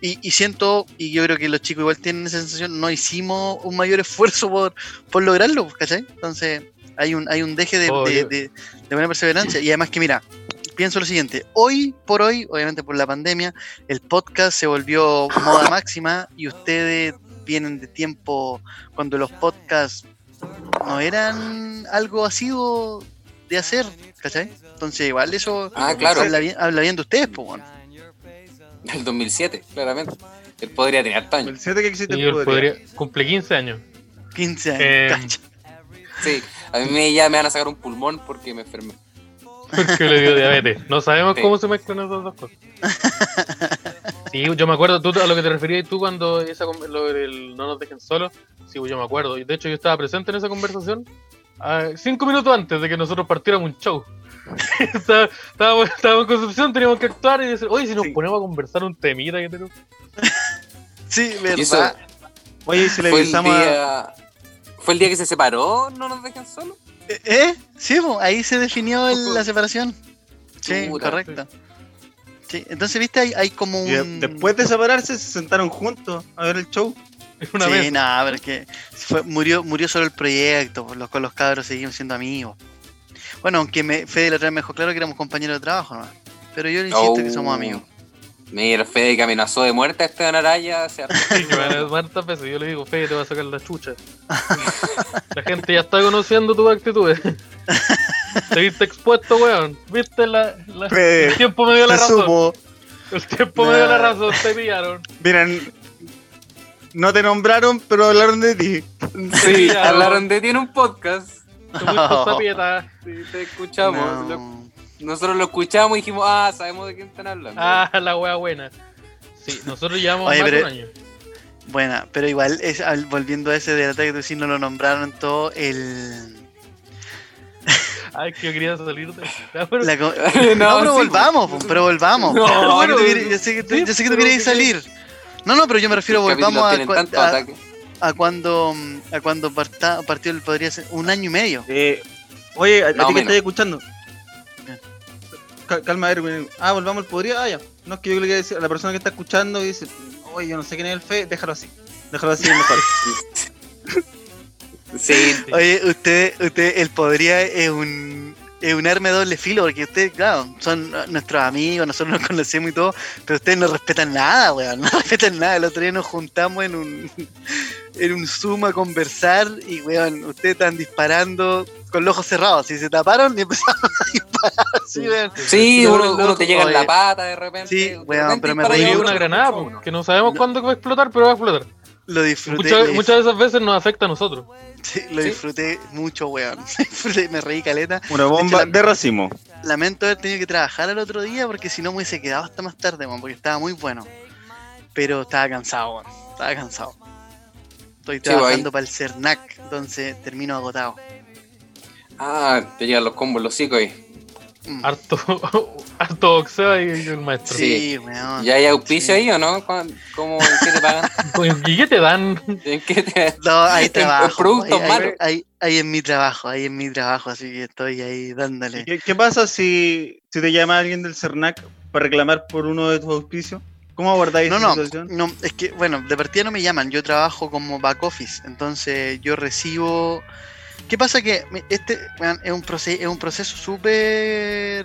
y- y siento, y yo creo que los chicos igual tienen esa sensación, no hicimos un mayor esfuerzo por, por lograrlo, ¿cachai? Entonces, Hay un, hay un deje de, Oh, de- yo- de- de buena perseverancia. Y además que, mira, pienso lo siguiente. Hoy por hoy, obviamente por la pandemia, el podcast se volvió moda máxima y ustedes vienen de tiempo cuando los podcasts no eran algo asiduo de hacer, ¿cachai? Entonces, igual eso Ah, claro. habla, bien, habla bien de ustedes, pues, bueno. El 2007, claramente. Él podría tener hasta años. El 7 que existe Y el él poder. podría, cumple 15 años. 15 años, Eh, cacha. Sí, a mí me- ya me van a sacar un pulmón porque me enfermé. Porque le dio diabetes. No sabemos Sí. cómo se mezclan esas dos cosas. Sí, yo me acuerdo, tú, a lo que te referías tú cuando esa, con- lo del no nos dejen solos. Sí, yo me acuerdo. Y de hecho, yo estaba presente en esa conversación ah, cinco minutos antes de que nosotros partiéramos un show. Está- estábamos, estábamos en Concepción, teníamos que actuar y decir, oye, si nos Sí. ponemos a conversar un temita que tenemos. Sí, Y eso verdad. Oye, y si le fue el, avisamos a... día, fue el día que se separó, no nos dejan solos. Eh, ¿Eh? Sí, po, ahí se definió el- la separación. Sí, Puta. correcto. Sí, entonces, viste, hay, hay como y un. de- después de separarse, se sentaron juntos a ver el show. Una sí, vez. nada, pero es que fue- murió, murió solo el proyecto, por los, con los cabros seguimos siendo amigos. Bueno, aunque me, Fede la otra vez me dijo claro que éramos compañeros de trabajo, ¿no? Pero yo le insisto que somos Oh. amigos. Mira, Fede que amenazó de muerte a Esteban Araya. hace harto Sí, que me van a- Marta Peso, yo le digo, Fede, te va a sacar la chucha. La gente ya está conociendo tus actitudes. Te viste expuesto, weón. Viste la. la- El Fede, tiempo me dio la se razón. supo. El tiempo me dio la Nah. razón, te pillaron. Miren, no te nombraron, pero hablaron de ti. Sí, ya, hablaron de ti en un podcast. Te fuiste zapieta. Sí, te escuchamos. Lo- No. Nosotros lo escuchamos y dijimos, ah, sabemos de quién están hablando. Ah, la wea buena. Sí, nosotros llevamos Oye, más de pero- un año. Buena, pero igual, es, al- volviendo a ese del ataque, tú sí no lo nombraron todo el. Ay, que yo quería salir de. Ya, pero- la co- no, No, pero sí, volvamos, pues. po, pero volvamos. No, Yo sé que tú pero- quieres- yo sé que tú, sí, yo sé que tú pero querías sí, sí. salir. No, no, pero yo me refiero, Los capítulos volvamos a, tienen cua- tanto a- ataque. a cuando, mm, a cuando parta- partió el podría ser un año y medio. Eh, oye, ¿a, a Más o ti que menos. estás escuchando? Ca- calma, Erwin. Ah, volvamos al podrido. Ah, ya. No, es que yo le quería decir a la persona que está escuchando y dice, oye, yo no sé quién es el Fe, déjalo así. Déjalo así mejor. Sí, Sí. Oye, usted, usted, el podría es un, es un arma de doble filo, porque ustedes, claro, son nuestros amigos, nosotros nos conocemos y todo, pero ustedes no respetan nada, weón, no respetan nada. El otro día nos juntamos en un, en un Zoom a conversar y, weón, ustedes están disparando con los ojos cerrados, y se taparon y empezaron a disparar, sí, weón. sí No, uno, no, uno te llega en la oye. pata de repente. Sí, de weón, repente pero me dispara Oye, y reí. otro una se granada, escucha uno. pues, que no sabemos No. cuándo va a explotar, pero va a explotar. Lo disfruté. Muchas, lo muchas de esas veces nos afecta a nosotros. Sí, lo Sí. disfruté mucho, weón. Disfruté, Me reí caleta. Una bomba bomba de racimo. Lamento haber tenido que trabajar al otro día porque si no me hubiese quedado hasta más tarde, weón, porque estaba muy bueno. Pero estaba cansado, weón. Estaba cansado. Estoy Sí, weón. trabajando para el CERNAC, entonces termino agotado. Ah, te llegan los combos, los hocico ahí. Mm. Harto, harto boxeo y y el maestro. Sí, weón. ¿Ya hay auspicio Ah, Sí. ahí o no? ¿Cuán- ¿Cómo, ¿En qué te pagan? ¿Y qué te dan? ¿En qué te... No, hay En- en trabajo. productos ahí- ahí- malos. ahí- ahí en mi trabajo, ahí en mi trabajo, así que estoy ahí dándole. ¿Qué, qué pasa si, si te llama alguien del Cernac para reclamar por uno de tus auspicios? ¿Cómo abordáis No, esa no, situación? no, es que, bueno, de partida no me llaman, yo trabajo como back office, entonces yo recibo... ¿Qué pasa que me- este weón, es un, proceso, es un proceso súper...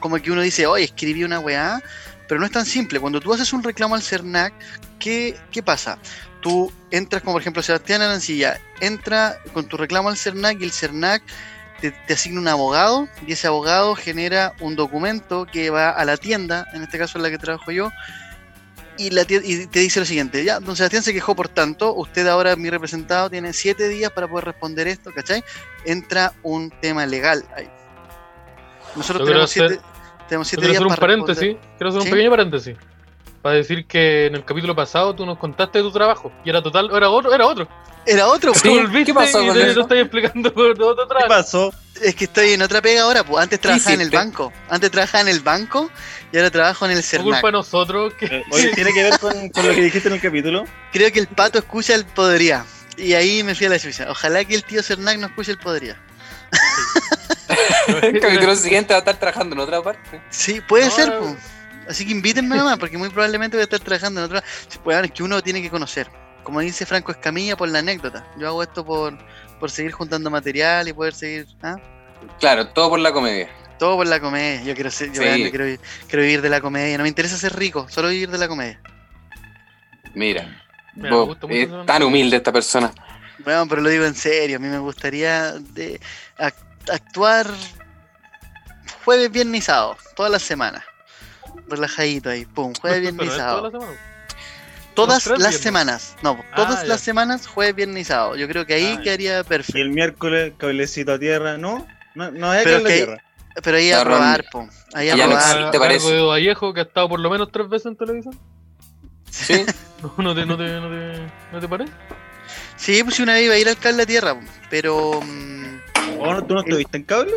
Como que uno dice, oye, escribí una weá, pero no es tan simple. Cuando tú haces un reclamo al CERNAC, ¿qué, qué pasa? Tú entras, como por ejemplo Sebastián Arancilla, entra con tu reclamo al CERNAC y el CERNAC te, te asigna un abogado y ese abogado genera un documento que va a la tienda, en este caso en la que trabajo yo, y, la tie- y te dice lo siguiente, ya, don Sebastián se quejó por tanto, usted ahora, mi representado, tiene siete días para poder responder esto, ¿cachai? Entra un tema legal ahí. Yo Nosotros quiero tenemos siete, hacer- tenemos siete Quiero días hacer un para responder. paréntesis, quiero hacer un Sí. pequeño paréntesis. Para decir que en el capítulo pasado tú nos contaste de tu trabajo. Y era total, era otro, era otro. Era otro, Te po. volviste ¿qué pasó y con te eso? lo estoy explicando por otro ¿Qué trabajo. pasó? es que estoy en otra pega ahora, pues antes trabajaba en el hiciste? banco, antes trabajaba en el banco y ahora trabajo en el Por culpa de CERNAC. nosotros que Eh, oye, ¿tiene que ver con, con lo que dijiste en el capítulo? Creo que el pato escucha el podría. Y ahí me fui a la Suiza. Ojalá que el tío CERNAC no escuche el podría. El capítulo siguiente va a estar trabajando en otra parte. Sí, puede No, ser, no. po. Así que invítenme nomás, porque muy probablemente voy a estar trabajando en otra. Sí, pues, bueno, es que uno tiene que conocer. Como dice Franco Escamilla por la anécdota. Yo hago esto por, por seguir juntando material y poder seguir. ¿ah? Claro, todo por la comedia. Todo por la comedia. Yo quiero ser, yo, Sí. weón, yo quiero, vi- quiero vivir de la comedia. No me interesa ser rico, solo vivir de la comedia. Mira, Mm. Me vos, gusta mucho es esa- tan humilde esta persona. Bueno, pero lo digo en serio, a mí me gustaría de ac- actuar jueves, viernes y sábado, todas las semanas. Relajadito ahí, pum, jueves, viernes Pero y es toda la sábado. semana. Todas tres las viernes. semanas, no, Ah, todas ya. las semanas, jueves, viernes y sábado. Yo creo que ahí Ah, ya. quedaría perfecto. Y el miércoles, cablecito a tierra, ¿no? No, no es Pero cable a que- tierra. Pero ahí Ya, a probar, pum, ahí a Ya no probar. existe. ¿Te A cargo parece? de Vallejo, que ha estado por lo menos tres veces en televisión. Sí, No, no te, no te, no te, no te parece. Sí, pues si una vez iba a ir al cable a tierra, pero mm, ¿O no, ¿Tú no estuviste en cable?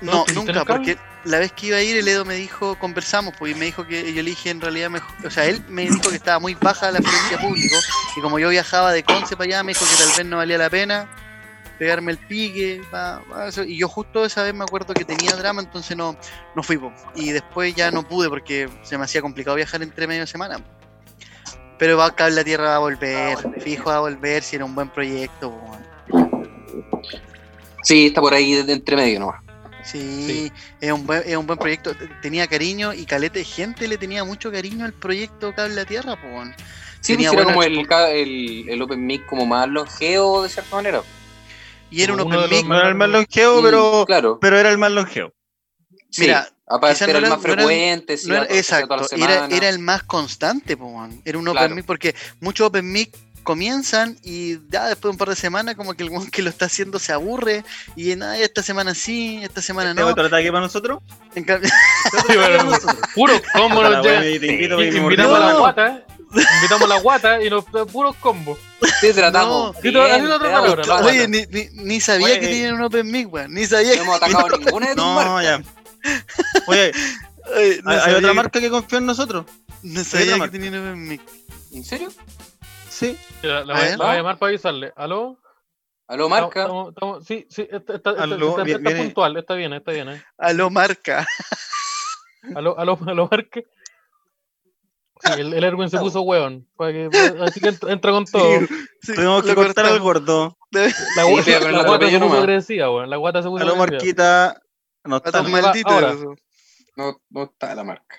¿No no, estuviste en nunca, el cable? porque la vez que iba a ir, el Edo me dijo, conversamos, pues, y me dijo que yo le dije en realidad mejor, o sea, él me dijo que estaba muy baja la frecuencia público, y como yo viajaba de Conce para allá, me dijo que tal vez no valía la pena pegarme el pique, pa- pa- eso, y yo justo esa vez me acuerdo que tenía drama, entonces no, no fui, po. y después ya no pude porque se me hacía complicado viajar entre medio de semana. Pero va a cable a tierra, va a volver, fijo va a volver, si era un buen proyecto, pues, po, weón. sí, está por ahí de entre medio nomás. Sí, Sí. Es, un buen, es un buen proyecto. T- Tenía cariño y caleta de gente le tenía mucho cariño al proyecto Cable a Tierra, po, weón. Sí, Tenía pues era buena como expo- el, ca- el, el Open Mic como más longevo de cierta manera. Y era un Uno de open los mic. No era el más longevo, Mm, pero, claro, pero era el más longevo. sí. mira, aparte quizá no era el era- más no era- frecuente, sí, no era- iba todo- toda la exacto, era, semana. era el más constante, po, weón. Era un open Claro. mic porque muchos open mic comienzan y ya después de un par de semanas como que el weón que lo está haciendo se aburre y nada, esta semana sí, esta semana ¿Te no. Este otro ataque para nosotros? En cambio- Sí, pero- Puro combo Para, nos llega. bueno, y te invito a que me Invitamos a la mordiera. guata. Invitamos a la guata y nos da puros combos. Sí, tratamos. No. bien, Sí, tra- así lo tratamos, tratamos, tratamos. Oye, tratamos. ni, ni- ni sabía Oye, que eh. tenían un open mic, weón. Ni No sabía. hemos atacado ninguna de tus No, marcas. ya. Oye, Ay, no hay, hay sabía otra que- marca que confía en nosotros. No otra sabía que marca. tenían open mic. ¿En serio? Sí. La, la A voy, ver. la voy a llamar para avisarle. ¿Aló? ¿Aló, marca? Estamos- estamos- sí, sí, está, está- está- Aló, está- bien- está viene- puntual, está bien, está bien. eh. Aló, marca. ¿Aló, aló, aló, marca? Sí, el, el Erwin se puso hueón. para que- para- así que ent- entra con todo. Sí, Tuvimos que lo cortar al cortamos. gordo. La, Sí, gua- pero con el la guata se atropello puso nomás. agresiva, weón. La guata se puso A lo agresiva. marquita. No Patas está. Ahora. malditas, Ahora. eso. No, no está la marca.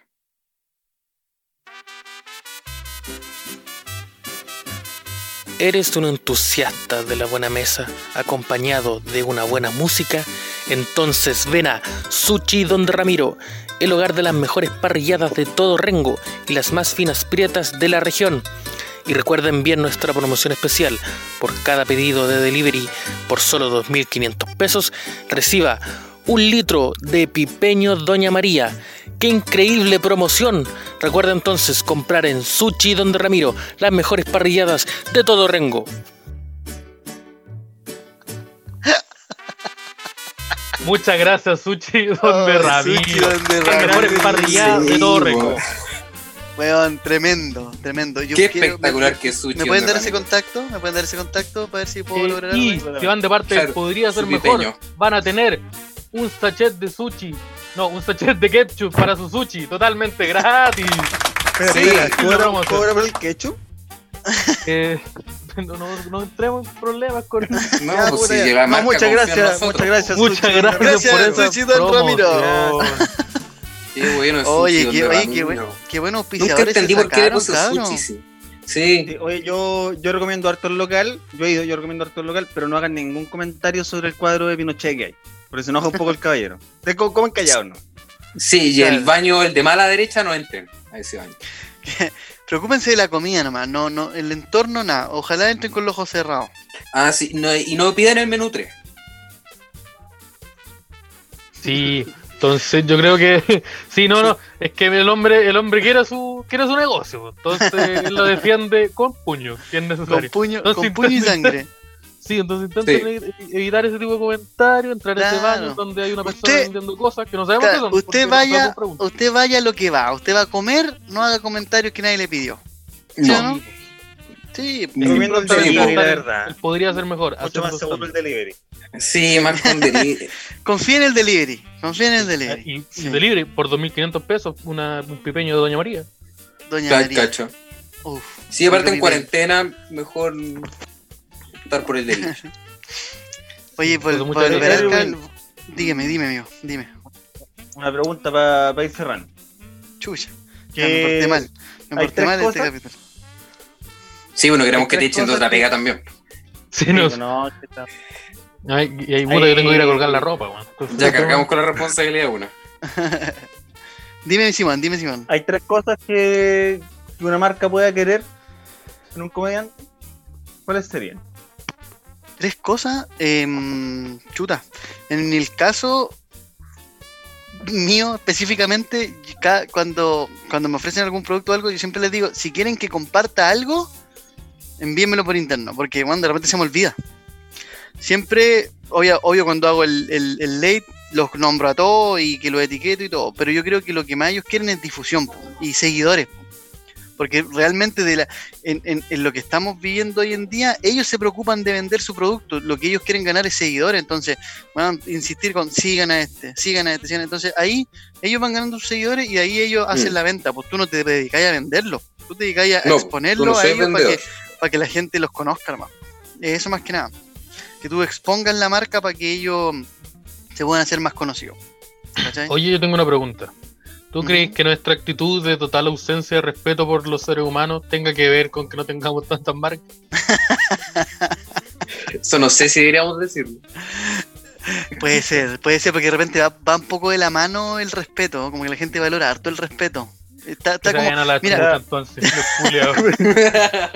¿Eres un entusiasta de la buena mesa acompañado de una buena música? Entonces ven a Sushi Don Ramiro, el hogar de las mejores parrilladas de todo Rengo y las más finas prietas de la región. Y recuerden bien nuestra promoción especial. Por cada pedido de delivery por solo 2.500 pesos, reciba un litro de pipeño Doña María. ¡Qué increíble promoción! Recuerda entonces comprar en Sushi Don Ramiro las mejores parrilladas de todo Rengo. Muchas gracias, Sushi, Ay, donde Sushi, Ramiro. donde Las mejores Ramiro. parrilladas de todo rico. weón. Weón, tremendo, tremendo. Yo Qué quiero- espectacular me- que es sushi. ¿Me pueden Don dar ese Ramiro. contacto? ¿Me pueden dar ese contacto para ver si puedo Eh, lograr algo? y ahí? si van de parte del Claro, podría ser su mejor, pipeño. van a tener un sachet de sushi. No, un sachet de ketchup para su sushi, totalmente gratis. Espera, Sí, espera, sí, lo ¿cobra, vamos a hacer. cobra por el ketchup? Eh, no, no, no entremos en problemas con No, Ya, pues puta, si ya. llega No, marca, muchas confía en gracias, nosotros. muchas gracias. Muchas Sushi. gracias, gracias, por esa Sushi Don Ramiro. promoción. Qué bueno es Oye, sushi, qué, Don oye, Ramiro. qué, buen, qué Nunca buenos auspiciadores entendí se este por qué le sacaron, puse cabrón. sushi. Sí. Sí. Sí, Oye, yo, yo recomiendo harto el local, yo he ido, yo recomiendo harto el local, pero no hagan ningún comentario sobre el cuadro de Pinochet que hay, porque se enoja un poco el caballero. ¿De co- ¿Cómo callado no? Sí, y Claro. el baño, el de mala derecha, no entren a ese baño. Preocúpense de la comida nomás, no, no, el entorno nada. Ojalá entren con los ojos cerrados. Ah, sí, no, y no pidan el menú 3. Sí, entonces yo creo que sí, no, no, es que el hombre, el hombre quiere su, quiere su negocio, entonces él lo defiende con puño, si es Con necesario. puño, No, pues, con sin- puño y sangre. Sí, entonces intenten evi- evitar ese tipo de comentarios, entrar a ese Claro. baño donde hay una persona Usted- vendiendo cosas que no sabemos Claro, qué son. porque usted no sabemos vaya, preguntar. usted vaya a lo que va, usted va a comer, no haga comentarios que nadie le pidió. ¿Sí o no? Sí, Ni- Recomiendo el Sí, delivery, pues. la Él verdad. podría ser mejor. Mucho más seguro el delivery. Sí, más con delirio. confía en el delivery, confía en el delivery. Ah, delivery. Y, y Sí. delivery por 2.500 pesos, una, un pipeño de Doña María. Doña Ca- María. cacho. Uf, Sí, aparte en Doña María. cuarentena, mejor estar por el delirio. Oye, por, Porque por muchas volver veces- acá, Dígame, dime, amigo. Dime. Una pregunta para ir cerrando. Chucha. Que- Ya, Me porté mal. Me hay porté tres mal este cosas- capítulo. Sí, bueno, queremos Hay que te tres echen de cosas otra que- pega también. Sí, no. No, que está- Ay, y ahí, puta, yo tengo que ir a colgar la ropa, weón. Entonces, Ya tengo- cargamos con la responsabilidad una. dime, Simón, dime, Simón. Hay tres cosas que que una marca pueda querer en un comediante. ¿Cuáles serían? Tres cosas. em, chuta. En el caso mío específicamente, ca- cuando, cuando me ofrecen algún producto o algo, yo siempre les digo, si quieren que comparta algo, envíenmelo por interno, porque bueno, de repente se me olvida. Siempre, obvio, obvio cuando hago el, el, el late, los nombro a todos y que los etiqueto y todo, pero yo creo que lo que más ellos quieren es difusión po, y seguidores. po. Porque realmente de la, en, en- en lo que estamos viviendo hoy en día, ellos se preocupan de vender su producto, lo que ellos quieren ganar es seguidores, entonces van a insistir con sigan a este, sigan a este, sigan a este. entonces ahí ellos van ganando sus seguidores y ahí ellos hacen Mm. la venta, pues tú no te dedicas a venderlo, tú te dedicas a No, exponerlo tú no a sois ellos para que, vendedor. para que la gente los conozca hermano. Eso más que nada. Que tú expongas la marca para que ellos se puedan hacer más conocidos. ¿Cachai? Oye, yo tengo una pregunta. ¿Tú Ujú. crees que nuestra actitud de total ausencia de respeto por los seres humanos tenga que ver con que no tengamos tantas marcas? Eso no sé si deberíamos decirlo. Puede ser, puede ser, porque de repente va, va un poco de la mano el respeto, como que la gente valora harto el respeto. Está, está Que se como, vayan a la mira. chucha, entonces, los culiados.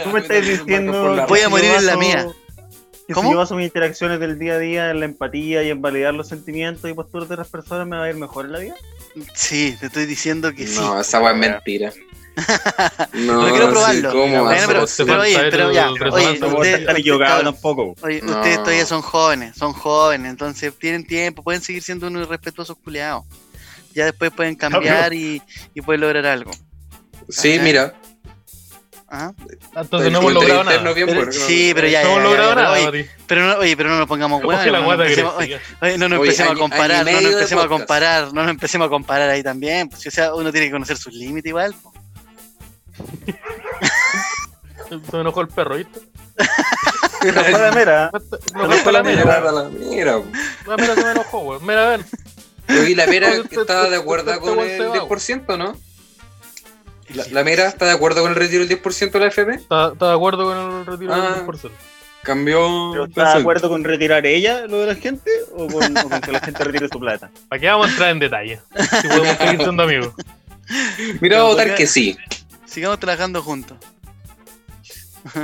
Tú me estás diciendo. que Voy a si morir yo en la baso- mía. que ¿Cómo? Si yo baso mis interacciones del día a día en la empatía y en validar los sentimientos y posturas de las personas, me va a ir mejor en la vida. sí, te estoy diciendo que sí. No, esa weá es mentira. No, No quiero sí, probarlo. ¿cómo va a Bueno, pero- ser pero oye, falta pero el ya, resonancia oye, No puedo ustedes- estar equivocado cabrón. tampoco. Oye, No. ustedes todavía son jóvenes, son jóvenes, entonces tienen tiempo, pueden seguir siendo unos irrespetuosos culeados. Ya después pueden cambiar y, y pueden lograr algo. Sí, mira. ¿Ah? Entonces no el hemos comentario logrado interno nada. bien Pero- bueno, claro. sí, pero ya. No hemos ya, ya, logrado pero nada, oye, Mati. Pero no, oye, pero no nos pongamos Oye, huevos. la no, guata nos que empecemos- oye, decía. oye, no nos Oye, empecemos ani- a comparar, no anime nos de empecemos a podcast. comparar, no nos empecemos a comparar ahí también. pues, o sea, uno tiene que conocer sus límites igual. pues. po. Se me enojó el perro, ¿viste? Pero para mera, Me enojó la mera. Mira, la mira. La mera se me enojó, weón. Mira, a ver. Oye, la mera Oye, este- estaba de este acuerdo con weón se el va, 10%, ¿no? La, la mera está de acuerdo con el retiro del 10% de la FP. ¿Está está de acuerdo con el retiro Ah. del 10%? ¿pero Cambió. ¿estás de acuerdo con retirar ella lo de la gente o con, o con que la gente retire su plata? ¿Para qué vamos a entrar en detalle? Si podemos seguir siendo amigos. Mira, va a votar Porque- que sí. Sigamos trabajando juntos.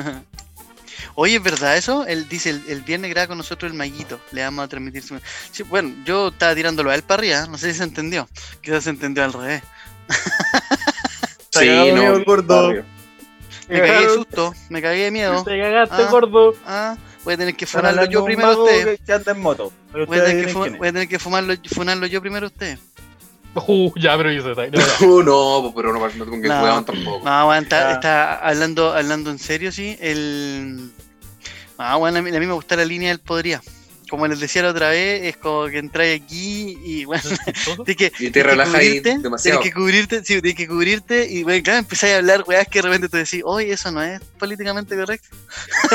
Oye, ¿es verdad eso? Él dice, el, el viernes graba con nosotros el Maguito. Le vamos a transmitir su... Sí, bueno, yo estaba tirándolo a él para arriba, no sé si se entendió. Quizás se entendió al revés. Sí, cagado, amigo, no. el gordo. obvio. Eh, Me cagué de susto, me cagué de miedo. Te cagaste, Ah. gordo. Ah, voy a tener que Están funarlo hablando de yo un primero a mago usted. que- que anda en moto. Pero Voy a ustedes tener que, dicen fu- quién es. voy a tener que fumarlo, funarlo yo primero a usted. Uh, ya, pero hice detalle. No, Uh, no, pero no partiendo con que No. juegan tampoco. No, aguanta, Ah. Ya. está hablando, hablando en serio, sí. El... Ah, bueno, a mí, a mí me gusta la línea del podría. Como les decía la otra vez, es como que entráis aquí y bueno, tienes que, Y tienes que te relajas ahí cubrirte, demasiado. Tienes que cubrirte, sí, tienes que cubrirte y bueno, claro, empezáis a hablar weas que de repente te decís, oye, eso no es políticamente correcto.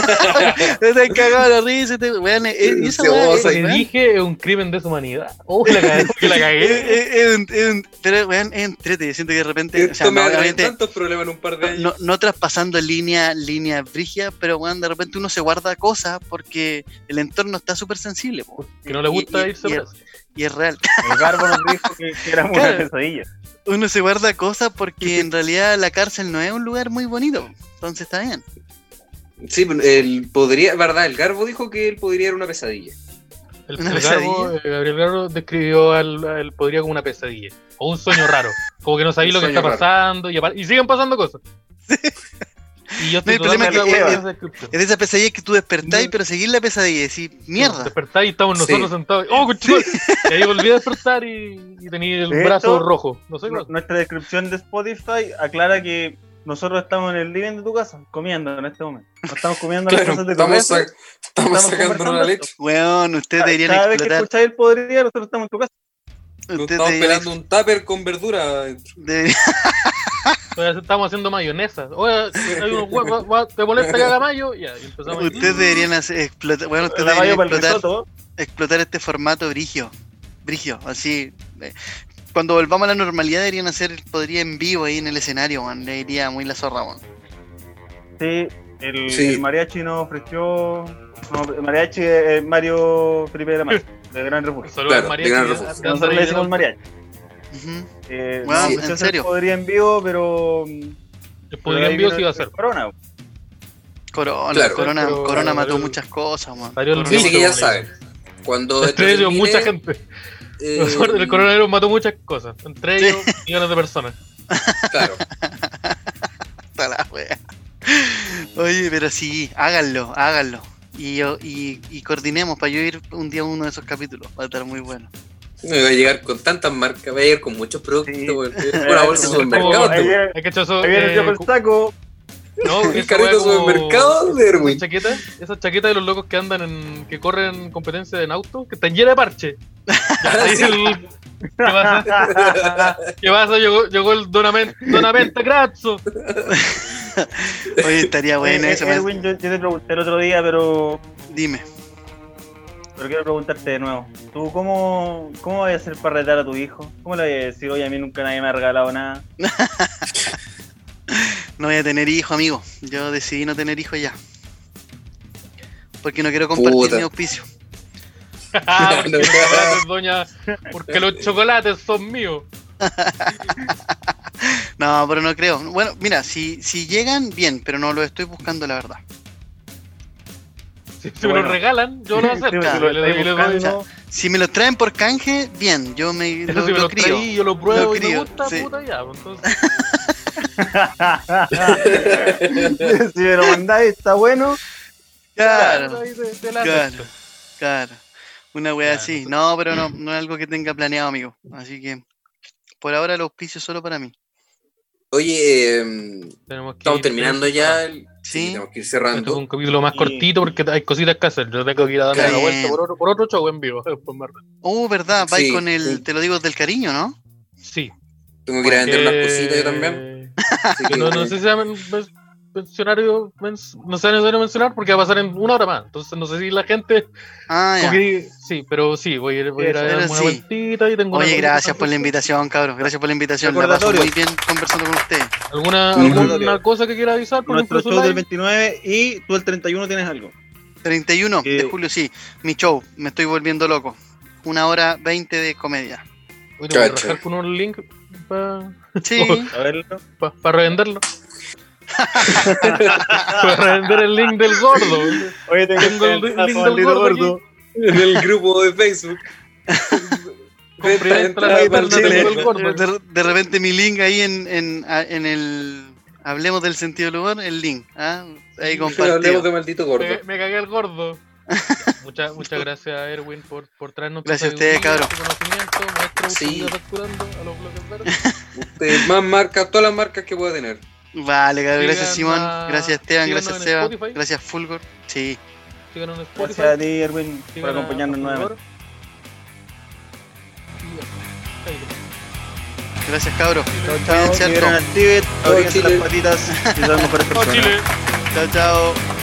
te has cagado la risa, y te, weón, eh, eh, y esa Se wea, goza, Lo eh, que weón, dije es un crimen de humanidad. Oh, pues, la cagué. que la eh, cagué. eh, eh, un- eh, un- Pero, weón, es entrete. Yo siento que de repente. o sea, Esto me no, va a traer obviamente, tantos problemas en un par de años. no, no traspasando línea, línea brígida, pero weón, de repente uno se guarda cosas porque el entorno está súper sensible po, Que no le gusta Y- y- irse y- preso. y es real. El garbo nos dijo que, que éramos Claro. una pesadilla. Uno se guarda cosas porque en realidad la cárcel no es un lugar muy bonito. Entonces está bien. Sí, pero él podría, verdad, el Garbo dijo que él podría era una pesadilla. El, ¿Una el Garbo, eh, Gabriel Garbo describió al, al Podría como una pesadilla. O un sueño raro. Como que no sabéis Un lo que sueño está raro. pasando. Y, apar- y siguen pasando cosas. Y yo No, estoy el problema totalmente es que- de acuerdo eh, con esa descripción. Es de esa pesadilla que tú despertás, No. pero seguís la pesadilla y decís, mierda. Despertáis y estamos nosotros Sí. sentados. ¡Oh, conchetumare! Y ahí volví a despertar y, y tenía el De brazo hecho, rojo. No sé Nu- cómo. Nuestra descripción de Spotify aclara que nosotros estamos en el living de tu casa, comiendo en este momento. No estamos comiendo las Claro, cosas de tu estamos, casa. sa- estamos Estamos sacándonos la conversando leche. Weón, ustedes Cada- deberían Cada vez que explotar. escucháis el podría, nosotros estamos en tu casa. Nos ustedes estamos deberían- pelando un tupper con verdura. adentro. deberían- Entonces, estamos haciendo mayonesa. Oye, hay unos huevos, va- va- ¿te molesta que haga mayo? Ya, y empezamos. Ustedes deberían hacer- explotar, bueno, ustedes La mayo deberían para el explotar, risotto. explotar este formato brigio. Brigio, así. eh, Cuando volvamos a la normalidad deberían hacer, podría en vivo ahí en el escenario, man. Le iría muy la zorra, man. Sí, el, Sí. el mariachi nos ofreció. No, el mariachi eh, es Mario Felipe de la Mar, de Gran Refugio. Saludos al Claro, mariachi, gran que refugio. alcanza a Nosotros le llegar decimos al- mariachi. Ujú. Eh, Bueno, no, pues, en entonces serio. Podría en vivo, pero. mm, Yo pero podría ahí envío vino si iba a el ser. pues. Corona. Corona, Claro. Corona, Pero- Corona mató pero- muchas cosas, man. Salió el Sí, virus, sí, que ya man. saben. Cuando esto Entre ellos, termine, mucha gente. eh, El coronavirus mató muchas cosas. Entre ellos, millones de personas. Claro. Hasta la wea. Oye, pero sí, háganlo, háganlo. Y, yo, y, y coordinemos para yo ir un día a uno de esos capítulos. Va a estar muy bueno. Me va a llegar con tantas marcas, va a llegar con muchos productos. Sí. weón. Una bolsa de supermercado. Ahí weón. viene, Hay que echar eso. ahí viene el eh, tío con el saco. No, El esa carrito weá de supermercado de Erwin. Esas chaquetas, esas chaquetas de los locos que andan en. que corren competencia en auto, que están llenas de parche. Ah, Ahí sí. el- ¿Qué pasa? ¿Qué pasa? Llegó, llegó el Donamenta, Donamenta Grazzo. Oye, estaría bueno Eh, eso. eh, man. Edwin, yo, yo te pregunté el otro día, pero, Dime. pero quiero preguntarte de nuevo. ¿Tú cómo, cómo vas a hacer para retar a tu hijo? ¿Cómo le vas a decir, oye, a mí nunca nadie me ha regalado nada? No voy a tener hijo, amigo. Yo decidí no tener hijo ya. Porque no quiero compartir Puta. mi auspicio. Ah, porque los chocolates, doña. Porque los chocolates son míos. No, pero no creo. Bueno, mira, si, si llegan, bien, pero no lo estoy buscando, la verdad. Si, si me Bueno. los regalan, yo los acepto. Sí, Le- sí, lo le- le- estoy le doy- buscando. Si me los traen por canje, bien, yo me Eso lo, si me lo los crío. traí, yo los pruebo y me crío, gusta, sí. puta ya. pues, Entonces, si me lo mandáis, está bueno. Claro, ahí te- te la Claro. acepto. claro. Una wea Claro. así. No, pero no, no es algo que tenga planeado, amigo. Así que por ahora el auspicio es solo para mí. Oye, eh, Tenemos que estamos ir- eh, terminando ya. el- Sí. Tenemos que ir Esto es un cerrando. capítulo más Y- cortito porque hay cositas que hacer. Yo tengo que ir a darme Está la vuelta bien. por otro, por otro show en vivo. después me arreglo. Oh, verdad, vais Sí, con el, sí. te lo digo del cariño, ¿no? Sí. Tengo que ir a vender unas Eh, cositas yo también. así que que- no, no sé si sea men- men- mencionario, men- no sea necesario mencionar porque va a pasar en una hora más. Entonces no sé si la gente. Ah, ya. como que- sí, pero sí, voy a ir, voy a, ir a Pero darme una sí. vueltita y tengo una Oye, cosita gracias por la antes. invitación, cabros. Gracias por la invitación. La paso Recordatorio. muy bien conversando con ustedes. ¿Alguna, Ujú. alguna cosa que quiera avisar? Por Nuestro ejemplo, show su del live? 29 y tú el 31 tienes algo. 31 de Eh, julio, sí. Mi show, me estoy volviendo loco. Una hora 20 de comedia. Oye, te voy a Cacha. rajar con un link para Sí, A verlo. revenderlo. para revender el link del gordo. Oye, tengo Tengo el esperanza, link Juan del Lito gordo Gordo. En el grupo de Facebook. Compré entrada entrada para el para Chile. Chile. del gordo. de, de repente mi link ahí en, en, a- en el. Hablemos del sentido del lugar, el link. ¿ah? Ahí Pero hablemos de compartido. maldito gordo. Me, me cagué el gordo. Muchas muchas gracias, Erwin, por, por traernos tu Gracias a ustedes, sabiduría, cabrón. tu conocimiento, maestro, Sí. usted está curando a los bloques verdes. Ustedes más marcas, todas las marcas que pueda tener. Vale, cabrón, gracias Sigan Simón, a- gracias Esteban, síganos gracias en Seba, Spotify. gracias Fulgor. Sí, Síganos en Spotify, Gracias a ti, Erwin, por síganos acompañarnos a- a nuevamente. Ahí está. gracias cabros. Chao, Cuídense chao. harto. Liberan al Tíbet, Chao, abríense las Chile. patitas y sean mejores Oh, personas. Chile. Chao, chao.